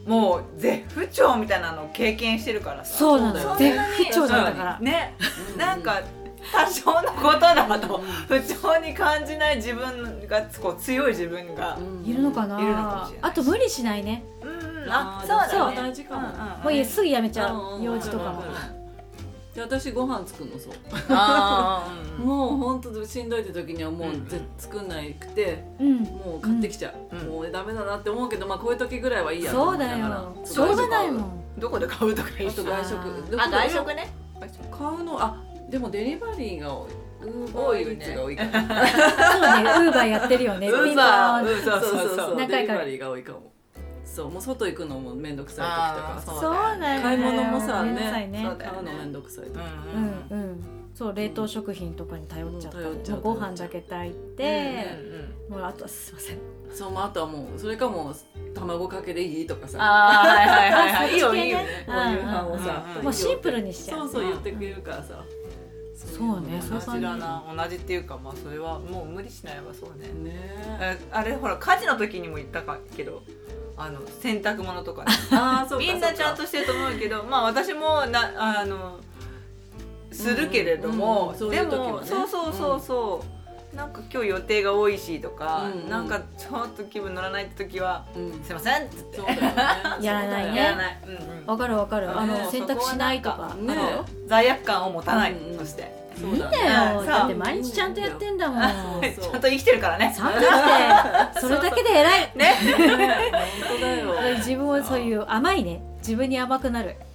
Speaker 2: もう絶不調みたいなのを経験してるから
Speaker 1: い
Speaker 2: さ
Speaker 1: そうなの
Speaker 3: そう
Speaker 1: よ
Speaker 3: だ
Speaker 1: 絶
Speaker 3: よ
Speaker 1: 不調だったから、
Speaker 2: うんね
Speaker 3: うん
Speaker 2: なんか多少のことだと
Speaker 3: うん
Speaker 2: 不調に感じない自分がこう強い自分が、
Speaker 3: うん
Speaker 1: いるのかない
Speaker 2: るのかもしれない
Speaker 1: あと無理しないね
Speaker 2: うんうん
Speaker 3: あ
Speaker 2: あそ
Speaker 3: ー
Speaker 2: う
Speaker 3: でも
Speaker 2: だ
Speaker 3: それは
Speaker 2: ね
Speaker 3: 大事かも
Speaker 2: うんうんうん
Speaker 1: もういいすぐやめちゃ
Speaker 3: うんう
Speaker 1: うん用事とかも
Speaker 3: わるわるで私ご飯作るのそう
Speaker 2: あー
Speaker 3: もう本当しんどいって時にはもう
Speaker 2: うん
Speaker 3: ぜ作んないくて
Speaker 1: うん
Speaker 3: もう買ってきちゃう、
Speaker 2: うん
Speaker 3: もうダメだなって思うけどまあこういう時ぐらいはいいやと
Speaker 1: そ
Speaker 3: 思
Speaker 1: う
Speaker 3: いな
Speaker 1: だ
Speaker 3: がら
Speaker 1: よ
Speaker 3: そう
Speaker 1: しょうがないもん
Speaker 2: うんどこで買うとかいい
Speaker 3: あと外
Speaker 1: あー
Speaker 3: 食でも
Speaker 2: あ外食ね
Speaker 3: 買うのあでもデリバリーが多いウーバ
Speaker 2: 多
Speaker 3: ー
Speaker 2: い
Speaker 3: イ
Speaker 2: よね
Speaker 3: ーツが多いから、
Speaker 1: そ
Speaker 3: ね、
Speaker 1: うねウーバーやってるよね
Speaker 2: ウーバーウーバーそうそうそう
Speaker 1: 仲良いから
Speaker 3: デリバリーが多いかもそうもう外行くのも面倒くさい時と
Speaker 2: あー
Speaker 3: か
Speaker 1: そうだよね
Speaker 3: 買い物もさ
Speaker 1: ごめんなさい
Speaker 2: そうだよ
Speaker 3: 買うの面倒くさい時、
Speaker 2: う
Speaker 1: うん
Speaker 2: ん
Speaker 1: うんそう冷凍食品とかに頼っちゃったり、
Speaker 3: うん頼っちゃう
Speaker 1: もうご飯だけ炊いて、
Speaker 3: ね
Speaker 1: もうあとはすいません
Speaker 3: そうまああとはもうそれかもう卵かけでいいとかさ
Speaker 2: ああはいはいはいはいいい よ
Speaker 1: そっち系ね
Speaker 2: いいよ
Speaker 3: こういう飯をさ
Speaker 2: うんうん
Speaker 1: もうシンプルにしちゃ
Speaker 3: そううそう言ってくれるからさ
Speaker 1: そうね
Speaker 3: そう
Speaker 2: 同
Speaker 3: いうの
Speaker 2: じだな同じっていうかまあそれはもう無理しないわそうね
Speaker 3: ねね
Speaker 2: えあれほら家事の時にも言ったかけどあの洗濯物とかね
Speaker 3: ああそうか
Speaker 2: みんなちゃんとしてると思うけどまあ私もなあのするけれども、
Speaker 3: うんうんうんそうい
Speaker 2: で
Speaker 3: う時も
Speaker 2: も
Speaker 3: ね
Speaker 2: そうそうそうそう、なんか今日予定が多いしとか、
Speaker 3: うんうん
Speaker 2: なんかちょっと気分乗らないって時は
Speaker 3: そうかう
Speaker 2: 「
Speaker 3: ん
Speaker 2: すいません」っつって
Speaker 3: そうだよね
Speaker 1: やらないね
Speaker 2: やらない、うんうん
Speaker 1: わかるわかるあ
Speaker 3: ね
Speaker 1: の洗濯しないとか
Speaker 3: そこはなんかね
Speaker 1: あるよ
Speaker 2: 罪悪感を持たない、
Speaker 3: うんうん
Speaker 2: そして
Speaker 3: そう
Speaker 1: だ
Speaker 3: だね
Speaker 1: よ
Speaker 2: そう
Speaker 1: だって毎日ちゃんとやってんだもんち
Speaker 3: そう
Speaker 2: ちゃんと生きてるからね
Speaker 1: ゃんとしてそれだけで偉い
Speaker 3: 本当だよ
Speaker 1: 自分はそういう甘いね自分に甘くなる、
Speaker 3: うん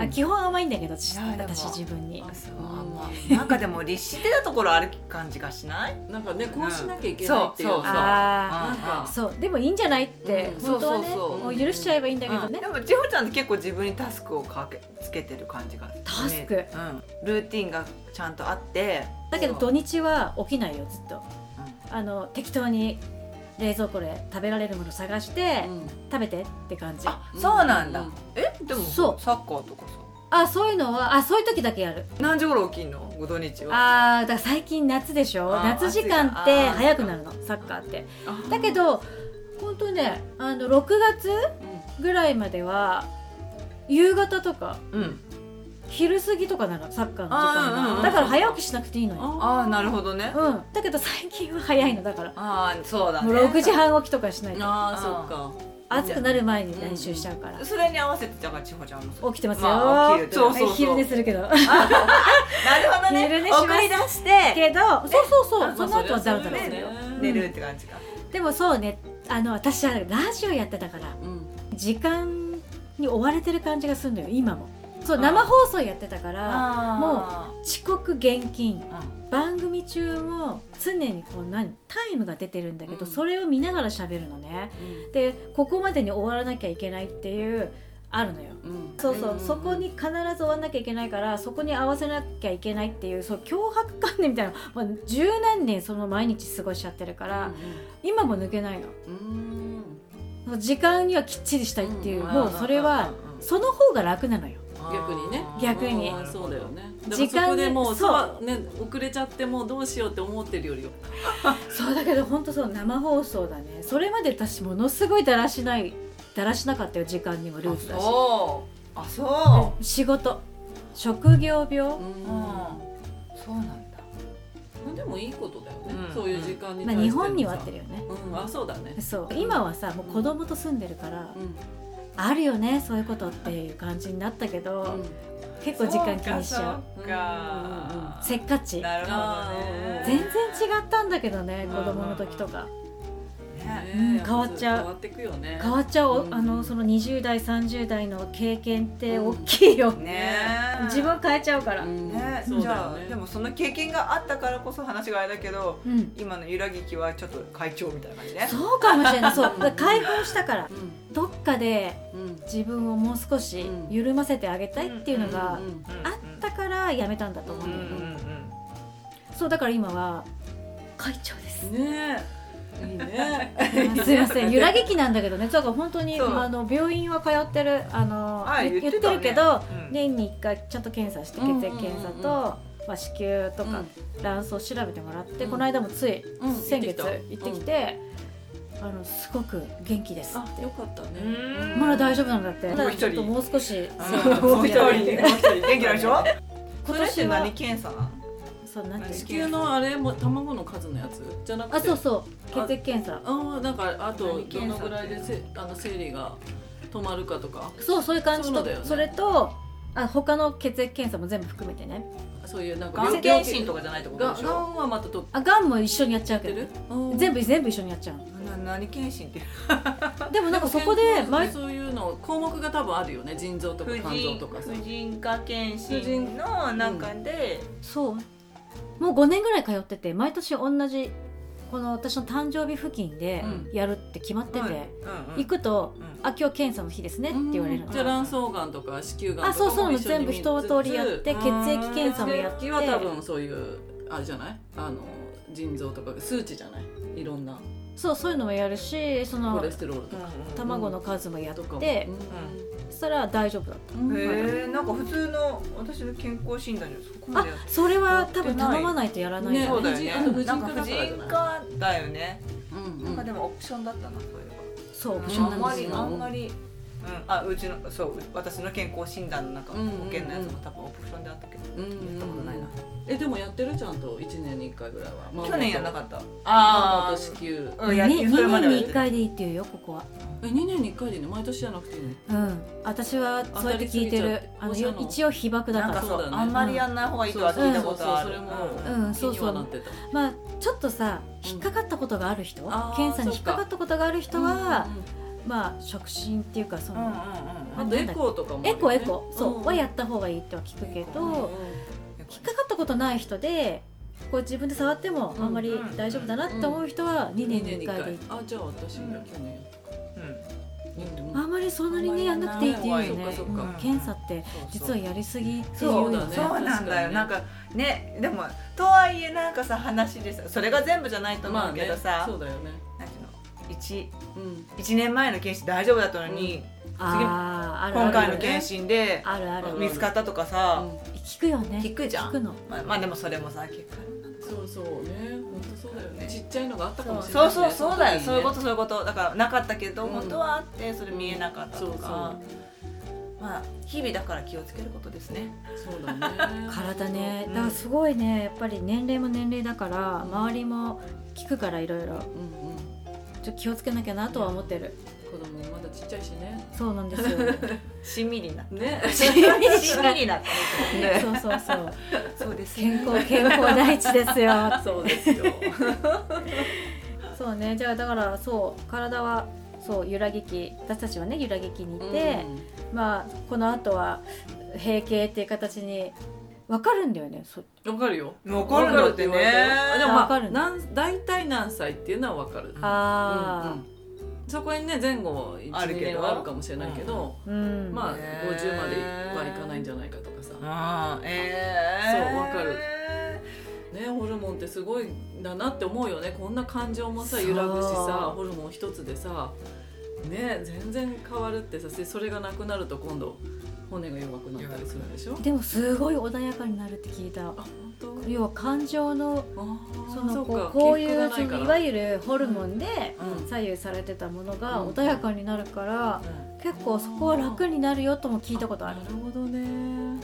Speaker 1: あ基本甘いんだけど
Speaker 2: いやでも
Speaker 1: 私自分に
Speaker 2: そう
Speaker 3: うん
Speaker 2: まあなんかでも律してたところある感じがしない
Speaker 3: なんかねこうしなきゃいけないっていう
Speaker 2: そうそう
Speaker 3: さ
Speaker 1: あ
Speaker 3: なんか
Speaker 1: あそうでもいいんじゃないって、
Speaker 3: うん
Speaker 1: 本当はね
Speaker 2: そうそう
Speaker 3: そう
Speaker 1: もう許しちゃえばいいんだけどね
Speaker 2: で、も千穂ちゃんって結構自分にタスクをかけつけてる感じがするね
Speaker 1: タスク
Speaker 2: うん、ルーティンがちゃんとあって
Speaker 1: だけど土日は起きないよずっと
Speaker 2: う
Speaker 1: あの適当に冷蔵庫で食べられるもの探して、食べてって感じ
Speaker 2: あそうなんだ、
Speaker 3: うん
Speaker 2: えでも
Speaker 1: そう
Speaker 2: サッカーとかさ
Speaker 1: あそういうのはあそういう時だけやる
Speaker 2: 何時頃起きんのご土日は
Speaker 1: あーだから最近夏でしょ
Speaker 2: あー
Speaker 1: 夏時間っ
Speaker 2: 暑い
Speaker 1: て
Speaker 2: なあー
Speaker 1: 早くなるのサッカーって
Speaker 3: うん
Speaker 1: だけど本当ねあの6月ぐらいまでは夕方とか
Speaker 2: うん
Speaker 1: 昼過ぎとかなのサッカーの時
Speaker 2: あーうんうんう
Speaker 1: 間
Speaker 2: ん
Speaker 1: がだから早起きしなくていいのよ
Speaker 2: ああ
Speaker 3: あ
Speaker 2: なるほどね
Speaker 1: うんだけど最近は早いのだから
Speaker 2: ああそうだね
Speaker 1: もう6時半起きとかしないと
Speaker 3: あーそっか
Speaker 1: 暑くなる前に練習しちゃうから
Speaker 2: それに合わせてだから千穂ちゃんもそう
Speaker 1: 起きてますよ、
Speaker 2: まあ起きるそうそうそう
Speaker 1: はい昼寝するけど
Speaker 2: なるほど
Speaker 1: 昼
Speaker 2: ね
Speaker 1: 寝します
Speaker 2: 送り出して
Speaker 1: けどそうそうそ
Speaker 3: あ
Speaker 1: うその後は
Speaker 3: それ
Speaker 1: ダウ
Speaker 3: は
Speaker 1: ンだろう
Speaker 3: それ
Speaker 1: ね
Speaker 3: よ
Speaker 2: 寝るって感じか
Speaker 1: でもそうねあの私はラジオやってたから
Speaker 3: うん
Speaker 1: 時間に追われてる感じがするのよ今もそう
Speaker 2: あー
Speaker 1: 生放送やってたから
Speaker 2: あ
Speaker 1: 遅刻厳禁
Speaker 2: ーうん
Speaker 1: 番組中も常にこう何タイムが出てるんだけど、
Speaker 3: うん
Speaker 1: それを見ながら喋るのねでここまでに終わらなきゃいけないっていうあるのよ
Speaker 3: うん
Speaker 1: そうそう、
Speaker 3: ん
Speaker 1: そこに必ず終わんなきゃいけないからそこに合わせなきゃいけないっていうそう脅迫観念みたいなもう十何年その毎日過ごしちゃってるから、今も抜けないの
Speaker 3: うんうん
Speaker 1: その時間にはきっちりしたいっていう、
Speaker 3: うん
Speaker 1: もうそれはその方が楽なのよ
Speaker 3: 逆にね
Speaker 1: 逆に
Speaker 3: うんそうだよね
Speaker 1: 時
Speaker 3: 時
Speaker 1: 間
Speaker 3: 間
Speaker 1: に
Speaker 3: でもう
Speaker 1: そう
Speaker 3: さね遅れちゃってもうどうしようって思ってるよりは
Speaker 1: そうだけど本当そう生放送だねそれまで私ものすごいだらしないだらしなかったよ時間にもルーズだし
Speaker 2: あそうあ
Speaker 1: 仕事職業病、
Speaker 2: そううんそうなんだ
Speaker 3: まあでもいいことだよね
Speaker 2: うん
Speaker 3: そういう時間に
Speaker 1: ま
Speaker 3: 対
Speaker 1: あ、
Speaker 3: し
Speaker 1: 日
Speaker 3: て
Speaker 1: 本には合ってるよね
Speaker 3: うんあそうだね
Speaker 1: そう今はさもう子供と住んでるから、あるよねそういうことっていう感じになったけど、結構時間気にしちゃう
Speaker 2: そうか
Speaker 1: せっかち
Speaker 2: なるほ
Speaker 3: あー
Speaker 1: 全然違
Speaker 2: ど
Speaker 1: ったんだけどね
Speaker 3: うん
Speaker 1: 子供の時とか
Speaker 2: ねね
Speaker 1: うん変わっちゃう
Speaker 3: 変わってくよね
Speaker 1: 変わっちゃう、
Speaker 3: うん
Speaker 1: あのその20代30代の経験って大きいよ、
Speaker 2: ね
Speaker 1: 自分変えちゃうからう、
Speaker 3: うんん
Speaker 2: ね
Speaker 3: そう
Speaker 2: じ
Speaker 3: だ
Speaker 2: ゃ
Speaker 3: よ
Speaker 2: あ
Speaker 3: ね
Speaker 2: でもその経験があったからこそ話があれだけど今の揺らぎきはちょっと会長みたいな感じね
Speaker 1: そうかもしれないそうだから解放したから
Speaker 3: うん
Speaker 1: どっかで
Speaker 3: うん
Speaker 1: 自分をもう少し緩ませてあげたいっていうのが
Speaker 3: うん
Speaker 1: あったからやめたんだと思う
Speaker 2: うんんう
Speaker 1: だよね、
Speaker 2: んうん
Speaker 1: そうだから今は会長です
Speaker 3: ねえいいね
Speaker 1: すいません揺らぎ期なんだけどねだから本当に
Speaker 2: そう
Speaker 1: あの病院は通ってるあの
Speaker 2: あ
Speaker 1: 言っ
Speaker 2: 言ってて
Speaker 1: る
Speaker 2: たね
Speaker 1: けど、
Speaker 2: うん
Speaker 1: 年に1回ちゃんと検査して血
Speaker 3: うん
Speaker 1: 液検査と、
Speaker 3: うんうん
Speaker 1: まあ、子宮とか卵巣を調べてもらって、この間もつい
Speaker 3: うん
Speaker 1: 先月
Speaker 3: 行っ
Speaker 1: 行
Speaker 3: て
Speaker 1: ってき
Speaker 3: きた
Speaker 1: て、あのすごく元気です
Speaker 3: あ
Speaker 1: って
Speaker 3: よ。かったね
Speaker 2: うん
Speaker 1: まだ大丈夫なんだって。
Speaker 2: もう
Speaker 1: まだ
Speaker 2: 一
Speaker 1: ち
Speaker 2: 人
Speaker 1: ょっともう少し。
Speaker 2: あ
Speaker 1: そう
Speaker 2: もう一人ねもう一人元気なんでしょ
Speaker 1: 今
Speaker 2: それ
Speaker 1: 年
Speaker 2: って何
Speaker 1: は。
Speaker 2: 検査なの
Speaker 1: そう、なんていう
Speaker 3: 地
Speaker 1: の。
Speaker 3: 球のあれも卵の数のやつじゃなくて
Speaker 1: あ、そうそう。血液検査。
Speaker 3: あーなんかあと
Speaker 2: 何
Speaker 3: ど
Speaker 2: 検査
Speaker 3: のぐらいでせあの生理が止まるかとか
Speaker 1: そう、そういう感じ
Speaker 3: そう
Speaker 1: と、
Speaker 3: だよね
Speaker 1: それと。あ、他の血液検査も全部含めてね。
Speaker 3: そういうなんか
Speaker 2: がん
Speaker 3: 病
Speaker 2: 検
Speaker 3: 気
Speaker 2: 診とかじゃないってこと
Speaker 3: が
Speaker 2: で
Speaker 3: が
Speaker 2: しょ
Speaker 3: んはまた取っ
Speaker 1: あ、がんも一緒にやっちゃうけ
Speaker 3: て
Speaker 1: ど
Speaker 3: る。
Speaker 1: 全
Speaker 3: 部
Speaker 1: 部、全部一緒にやっちゃうの。
Speaker 2: な何検診って
Speaker 1: でも、なんかそこで、毎。
Speaker 3: そういうの項目が多分あるよね腎臓とか
Speaker 2: 婦
Speaker 3: 肝臓
Speaker 2: 人
Speaker 3: とかさ
Speaker 2: 婦人科検診の中で、
Speaker 1: そう。もう5年ぐらい通ってて毎年同じこの私の誕生日付近で
Speaker 3: うん
Speaker 1: やるって決まってて、
Speaker 2: うんうん
Speaker 1: 行くと
Speaker 2: うん
Speaker 1: 「あ今日検査の日ですね」って言われるの、
Speaker 3: じゃあ卵巣がんとか子宮がん
Speaker 1: あ
Speaker 3: とか
Speaker 1: そうそ
Speaker 3: も
Speaker 1: う
Speaker 3: 一緒に
Speaker 1: 全部一通りやって
Speaker 3: 見
Speaker 1: 血
Speaker 3: つつ
Speaker 1: 液検査もやって
Speaker 3: 血液は多分そういうあれじゃないあの腎臓とか数値じゃないいろんな
Speaker 1: そうそういうのもやるしそ
Speaker 3: コ
Speaker 1: の
Speaker 3: レステロールと
Speaker 2: うん
Speaker 3: か
Speaker 2: う
Speaker 1: 卵の数もやっ
Speaker 3: とかも
Speaker 1: て、そしたら大丈夫だっ
Speaker 3: うん
Speaker 2: ん
Speaker 3: うん
Speaker 2: へえなんか普通の私の健康診断にはそこ
Speaker 1: た、
Speaker 2: までやっ
Speaker 1: あそれは多分頼まないとやらない
Speaker 3: ね
Speaker 1: よ
Speaker 2: そうだよ
Speaker 3: あと婦
Speaker 2: ね
Speaker 3: 人科
Speaker 2: なんか婦人科だよね
Speaker 3: うん
Speaker 2: な
Speaker 3: うん
Speaker 2: か
Speaker 3: ん
Speaker 2: でもオプションだったなそういえば
Speaker 1: そうオプション
Speaker 2: あん
Speaker 1: なん
Speaker 2: ま
Speaker 1: です
Speaker 2: り
Speaker 1: よ
Speaker 2: あんまり、うん、あうちのそう私の健康診断の中
Speaker 3: う
Speaker 2: 保
Speaker 3: んうんうん
Speaker 2: 険のやつも多分オプションであったけど、
Speaker 3: うん
Speaker 2: やったことないな
Speaker 3: えでもやってるちゃんと一年に一回ぐらいは
Speaker 2: 去年やんなか
Speaker 3: っ
Speaker 2: った
Speaker 3: あ
Speaker 2: あ
Speaker 3: あ子宮
Speaker 2: あうんやっ
Speaker 1: ね、
Speaker 2: て
Speaker 1: 2
Speaker 2: それまで
Speaker 1: 年に
Speaker 2: はやって
Speaker 1: 1回でいいっていうよここは
Speaker 3: え二年に一回でいいの毎年じゃなくていいの
Speaker 1: うん私はそうやって聞いてるあ
Speaker 3: 当たり
Speaker 1: の
Speaker 3: すぎちゃう
Speaker 1: よ一応被爆だ
Speaker 2: な
Speaker 1: か
Speaker 2: ん
Speaker 1: ら
Speaker 2: か
Speaker 3: そ
Speaker 2: そうう
Speaker 3: だよね
Speaker 2: あんまりやんない方がいいとは聞いたことある
Speaker 3: そうそうそれ
Speaker 1: う
Speaker 3: も
Speaker 1: んそうそ
Speaker 3: 気にはなっ
Speaker 1: う
Speaker 3: てた
Speaker 1: まあちょっとさ
Speaker 3: うん
Speaker 1: 引っかかったことがある人、
Speaker 3: あー
Speaker 1: 検査に引っかかったことがある人は
Speaker 3: うん、うんうん
Speaker 1: まあ触診っていうかそ
Speaker 2: うんうんうん
Speaker 1: の、
Speaker 3: あとエコーとかもある
Speaker 1: エ
Speaker 3: よね
Speaker 1: コエコそう、
Speaker 3: ん
Speaker 1: はやった方がいいとは聞くけど、引っかかったことない人でこう自分で触っても
Speaker 3: うん
Speaker 1: あんまり大丈夫だなって思う人は2年に1回でいい、
Speaker 3: あじゃあ私が去年やっ
Speaker 2: うん
Speaker 3: たうん
Speaker 1: あんまりそんなにねやんなくていいっていうよね、
Speaker 3: そっかそっ
Speaker 2: か
Speaker 1: うん検査って
Speaker 3: そう
Speaker 1: 実はやりすぎっていう
Speaker 2: そ
Speaker 1: よ
Speaker 2: う
Speaker 1: ね
Speaker 3: だね
Speaker 2: そうなんだよ、
Speaker 3: 確かにね
Speaker 2: なんかねでもとはいえなんかさ話でさそれが全部じゃないと
Speaker 3: ま
Speaker 2: 思
Speaker 3: あ
Speaker 2: う
Speaker 3: ね
Speaker 2: けどさ、
Speaker 3: そうだよね
Speaker 2: なんていうの一
Speaker 3: うん
Speaker 2: 一年前の検診大丈夫だったのに、
Speaker 1: あーあるあ
Speaker 2: 今
Speaker 1: る
Speaker 2: 回の検診で
Speaker 1: あるある
Speaker 3: うん
Speaker 2: 見つかったとかさ、
Speaker 1: 聞くよね
Speaker 2: 聞くじゃん
Speaker 1: 聞くの
Speaker 2: まあ、まあでもそれもさ結果なんだ
Speaker 3: そうそうね本当そうだよねちっちゃいのがあったかもしれな
Speaker 2: そ
Speaker 3: いう
Speaker 2: そうそうだよそういうこととそういうことだからなかったけど、
Speaker 3: うん
Speaker 2: 本当はあってそれ見えなかった
Speaker 3: そ
Speaker 2: と
Speaker 3: うそう
Speaker 2: かまあ日々だから気をつけることですね
Speaker 3: そうだ ね
Speaker 1: 体ね
Speaker 2: うん
Speaker 1: だからすごいねやっぱり年齢も年齢だから周りも聞くからいろいろ
Speaker 3: うんうん
Speaker 1: ちょっと気をつけなきゃなとは思ってる
Speaker 3: 子供もまだちっちゃいしね
Speaker 1: そうなんです よ
Speaker 2: しんみりな
Speaker 3: ね
Speaker 2: しんみりな
Speaker 1: そうそうそう
Speaker 2: そうですね
Speaker 1: 健康 健康第一ですよ
Speaker 3: そうですよ
Speaker 1: そうねじゃあだからそう体はそう揺らぎ期私たちはね揺らぎ期にいて、まあこの後は閉経っていう形に分かるんだよねそ
Speaker 3: うんわかるよ
Speaker 2: わかるんだってね
Speaker 3: わかる言われたよあでもま
Speaker 1: わか
Speaker 3: あ
Speaker 1: る
Speaker 3: なん大体何歳っていうのはわかる
Speaker 1: あ
Speaker 3: うんうんそこにね前後12
Speaker 2: あるけど
Speaker 3: 年はあるかもしれないけど、
Speaker 1: あうん、
Speaker 3: まあ
Speaker 2: ね
Speaker 3: 50まではいかないんじゃないかとかさ、
Speaker 2: ああええ
Speaker 3: そうわかるね、ホルモンってすごいんだなって思うよねこんな感情もさ
Speaker 1: そう
Speaker 3: 揺らぐしさホルモン一つでさね全然変わるってさせそれがなくなると今度骨が弱くなったりするんでしょ
Speaker 1: でもすごい穏やかになるって聞いた
Speaker 3: あ本当
Speaker 1: 要は感情の
Speaker 3: あー
Speaker 1: その
Speaker 3: う
Speaker 1: こ
Speaker 3: か
Speaker 1: うこういう
Speaker 3: 起
Speaker 1: そ
Speaker 3: 伏が
Speaker 1: のい
Speaker 3: な
Speaker 1: わ
Speaker 3: い
Speaker 1: ゆるホルモンで
Speaker 3: から
Speaker 1: 左右されてたものが
Speaker 3: うん
Speaker 1: 穏やかになるから、結構そこは楽になるよとも聞いたことある
Speaker 3: なるほどね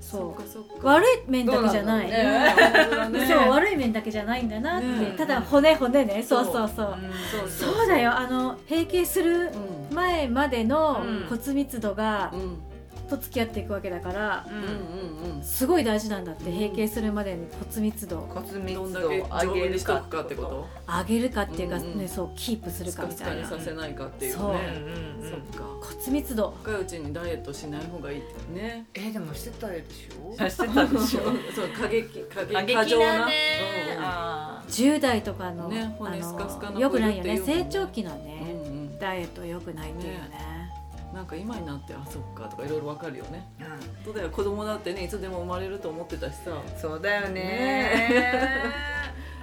Speaker 1: そ
Speaker 3: っ
Speaker 1: う
Speaker 3: かそっか
Speaker 1: 悪い面だけじゃない、
Speaker 2: どうなんだろうね
Speaker 3: うん
Speaker 1: そう悪い面だけじゃないんだなって、
Speaker 3: ね
Speaker 1: ただ骨骨ね
Speaker 3: そ
Speaker 1: そううそうそう、
Speaker 3: そう
Speaker 1: そうそうだよあの閉経する
Speaker 3: うん
Speaker 1: 前までの
Speaker 2: うん
Speaker 1: 骨密度が、
Speaker 3: うん
Speaker 1: と付き合っていくわけだから
Speaker 2: う
Speaker 3: うん
Speaker 2: ん
Speaker 3: うんうん
Speaker 1: すごい大事なんだって閉経するまでに骨密度を
Speaker 2: 骨
Speaker 3: どん
Speaker 2: 密
Speaker 3: だ
Speaker 2: 度
Speaker 3: け
Speaker 2: を
Speaker 3: 丈
Speaker 2: 上
Speaker 3: 夫
Speaker 2: げ
Speaker 3: に
Speaker 2: る
Speaker 3: しと
Speaker 2: か
Speaker 3: くかってこと
Speaker 1: 上げるかっていうか、
Speaker 3: うんうん
Speaker 1: ね、そうキープする
Speaker 3: ス
Speaker 1: か
Speaker 3: カ
Speaker 1: み
Speaker 3: ス
Speaker 1: た
Speaker 3: カ
Speaker 1: い
Speaker 3: に
Speaker 1: な
Speaker 3: させないかっていう
Speaker 1: そう
Speaker 2: うん
Speaker 3: ね
Speaker 2: うんうん
Speaker 3: そっか
Speaker 1: 骨密度
Speaker 3: 若いうちにダイエットしない方がいいってね
Speaker 2: えーでもしてたでしょしてたで
Speaker 3: そう過激過激
Speaker 2: 過
Speaker 3: 過
Speaker 2: 激
Speaker 3: 剰な
Speaker 2: だねあ
Speaker 1: 10代とかの,、
Speaker 3: ね
Speaker 1: あ
Speaker 3: 骨スカスカの
Speaker 1: の
Speaker 3: 子
Speaker 1: よくないよ
Speaker 3: い
Speaker 1: ね
Speaker 3: るっていうもん
Speaker 1: 成
Speaker 3: ね
Speaker 1: 長期の
Speaker 3: うん
Speaker 1: ね、
Speaker 3: うん
Speaker 1: ダイエットよくないっていうよね
Speaker 3: なんか今になってあそっかとかいろいろわかるよね
Speaker 2: ーうん
Speaker 3: そうだよ子供だってねいつでも生まれると思ってたしさ
Speaker 2: そうだよ
Speaker 3: ね
Speaker 2: ね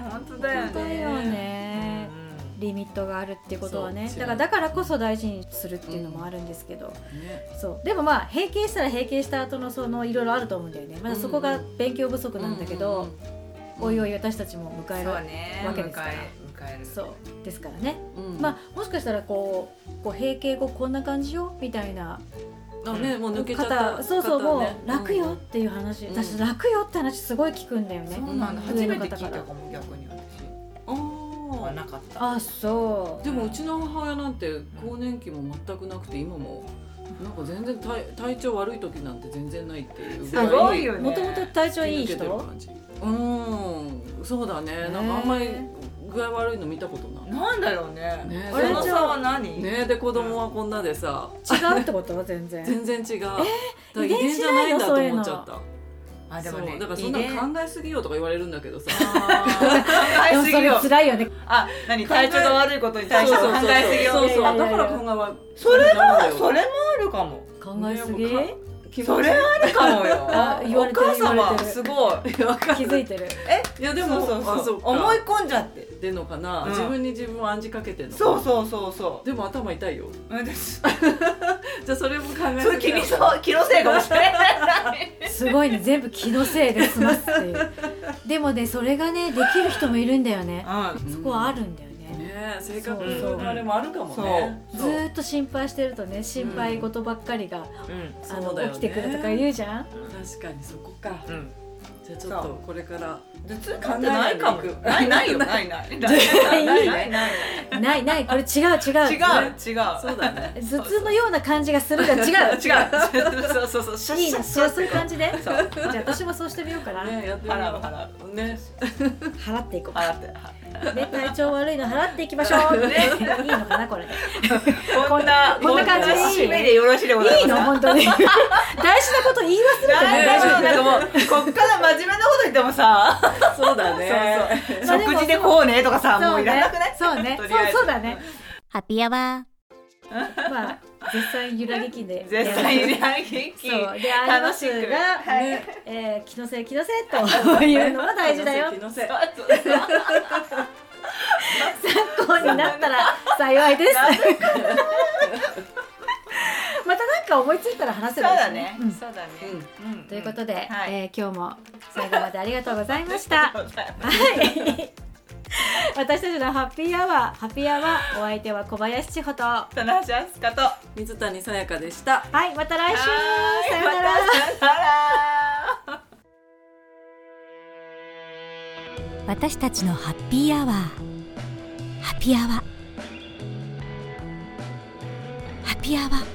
Speaker 2: 本当だよ
Speaker 1: 本
Speaker 2: ね
Speaker 1: 当だよね、
Speaker 2: うん
Speaker 1: リミットがあるってことはね
Speaker 3: そう
Speaker 1: だからだからこそ大事にするっていうのもあるんですけど、
Speaker 3: ね
Speaker 1: そうでもまあ閉経したら閉経した後のそのいろいろあると思うんだよねまだそこが勉強不足なんだけど、おいお
Speaker 3: い
Speaker 1: い私たちも迎え
Speaker 2: そう
Speaker 1: る
Speaker 2: ね
Speaker 1: わけですから
Speaker 2: 迎え迎える
Speaker 1: そう,、ですからね、
Speaker 3: ま
Speaker 1: まあもしかしたらこうこう閉経後こんな感じよみたいな
Speaker 3: あねもう抜けちゃった
Speaker 1: 方そうそう
Speaker 3: 方
Speaker 1: も
Speaker 3: ね
Speaker 1: う楽よっていう話、
Speaker 3: うん
Speaker 1: 私楽よって話すごい聞くんだよね、
Speaker 2: そうなんだ初
Speaker 1: 上の
Speaker 2: めて
Speaker 1: 方から
Speaker 2: 聞いたかも逆に私
Speaker 3: うんあ
Speaker 2: は
Speaker 3: ー
Speaker 2: なかった
Speaker 1: あそ
Speaker 3: でもうちの母親なんて更年期も全くなくて今もなんか全然体体調悪い時なんて全然ないっていうぐら
Speaker 2: すご
Speaker 1: う
Speaker 2: いよね
Speaker 1: もともと体調いい人
Speaker 3: うーんそうだねなんかあんまり具合悪いの見たことない
Speaker 2: なんだろうね
Speaker 3: ね
Speaker 2: その差は何
Speaker 3: ねで子供はこんなでさ
Speaker 1: 違うってこと全然
Speaker 3: 全然違う、だから
Speaker 1: 遺伝
Speaker 3: 遺伝じゃないんだと思っちゃった
Speaker 2: あでも
Speaker 3: そ
Speaker 2: ね
Speaker 3: うだからそんなの考えすぎよとか言われるんだけ どさ
Speaker 2: 考
Speaker 1: で
Speaker 2: え
Speaker 1: も
Speaker 2: す
Speaker 1: そ
Speaker 2: ぎ
Speaker 1: れ
Speaker 2: よ
Speaker 1: 辛いよね
Speaker 2: あ何体調が悪いことに対して
Speaker 3: そう
Speaker 2: 考
Speaker 3: そうそう
Speaker 2: えすぎよ
Speaker 3: そうそう
Speaker 1: いやいや
Speaker 3: だ
Speaker 1: い
Speaker 3: か
Speaker 1: や
Speaker 3: ら考え
Speaker 2: それ
Speaker 3: は
Speaker 2: それもあるかも
Speaker 1: 考えすぎ
Speaker 3: ねよ気持ち
Speaker 2: それ あるかもよ
Speaker 1: あ言われてる
Speaker 2: お母
Speaker 1: 言わ
Speaker 2: 様
Speaker 1: れてる
Speaker 2: すごい
Speaker 3: わかんない
Speaker 1: 気づいてる
Speaker 3: いやでも
Speaker 2: そうそう
Speaker 3: あ
Speaker 2: そう
Speaker 3: っか
Speaker 2: 思い込んじゃって
Speaker 3: でんのかな、
Speaker 2: うん
Speaker 3: 自分に自分を暗示かけてんのかな
Speaker 2: そうそうそうそう
Speaker 3: でも頭 痛いよ
Speaker 2: うんです
Speaker 3: じゃあそれも考 え
Speaker 2: それ君そう気のせいかもしれない
Speaker 1: すごいね全部気のせいで済ますっていうでもねそれがねできる人もいるんだよね
Speaker 2: う
Speaker 1: そこはある
Speaker 3: ね
Speaker 1: んだよね
Speaker 3: え性格
Speaker 1: そう
Speaker 2: そう
Speaker 3: のあれもあるかも
Speaker 2: んそう
Speaker 3: ね
Speaker 1: ずーっと心配してるとね心配事ばっかりが、
Speaker 2: うん
Speaker 1: あ
Speaker 3: そう
Speaker 1: の
Speaker 3: だよね
Speaker 1: 起きてくるとか言うじゃん
Speaker 3: 確かにそこか
Speaker 2: うん
Speaker 3: じゃあちょっ
Speaker 2: そ
Speaker 3: とこれから
Speaker 2: 頭痛なんてないかも
Speaker 3: 考えないでい く
Speaker 2: ないないよないないないないないない
Speaker 1: ないないこれ違う違う
Speaker 2: 違う違う
Speaker 3: そうだ ね
Speaker 1: 頭痛のような感じがするが 違う
Speaker 2: 違う そうそうそうシャッ
Speaker 1: いい
Speaker 2: シャ
Speaker 1: な
Speaker 2: ッ
Speaker 1: そ
Speaker 2: シャ
Speaker 1: う
Speaker 2: ッ
Speaker 1: そういう感じでじ
Speaker 2: そ
Speaker 1: ゃ
Speaker 2: う
Speaker 1: あ私もそうしてみようかな
Speaker 3: ねやってみよう
Speaker 2: 払う払
Speaker 3: ね
Speaker 1: 払っていこう
Speaker 2: 払って
Speaker 1: ね体調悪いの払っていきましょう、ね、いいのかなこれで
Speaker 2: こんな
Speaker 1: こんな感じでいい
Speaker 2: 締めでよろしいでござ
Speaker 1: い
Speaker 2: い
Speaker 1: いの
Speaker 2: ます
Speaker 1: 本当に大事なこと言い忘れてない
Speaker 2: 大
Speaker 1: 大
Speaker 2: 丈夫
Speaker 1: 丈夫
Speaker 2: なんかもうこっから真面目なこと言っても さ
Speaker 3: そうだね
Speaker 1: まあでも
Speaker 2: 食事でこうねとかさも
Speaker 1: そうう
Speaker 2: いら
Speaker 1: ね
Speaker 2: なくない
Speaker 1: そうねそ
Speaker 2: と
Speaker 1: う
Speaker 2: りあえず
Speaker 1: そうだね
Speaker 4: ハッピーアワ
Speaker 1: まあ絶賛ゆらぎきで
Speaker 2: 絶対に元気
Speaker 1: そうでありま
Speaker 2: 楽
Speaker 1: す
Speaker 2: しく
Speaker 1: が、
Speaker 2: はい
Speaker 1: ねえー気のせい気のせいというのは大事だよ
Speaker 3: 気のせい
Speaker 1: 参考になったら幸いですまたなんか思いついたら話せ
Speaker 2: そう
Speaker 1: ばいいし
Speaker 2: だね
Speaker 1: うん
Speaker 2: そうだねうん
Speaker 1: ということで、
Speaker 2: はい
Speaker 1: えー今日も最後までありがとうございました。
Speaker 2: そうだね
Speaker 1: はい。私たちのハッピーアワー、ハッピーアワー、お相手は小林千穂と。は
Speaker 2: 棚橋明日香とはい
Speaker 3: 水谷さやかでした
Speaker 1: い、また来週。さようなら。
Speaker 2: またさよなら
Speaker 4: ー私たちのハッピーアワーハッピーアワーハッピーアワー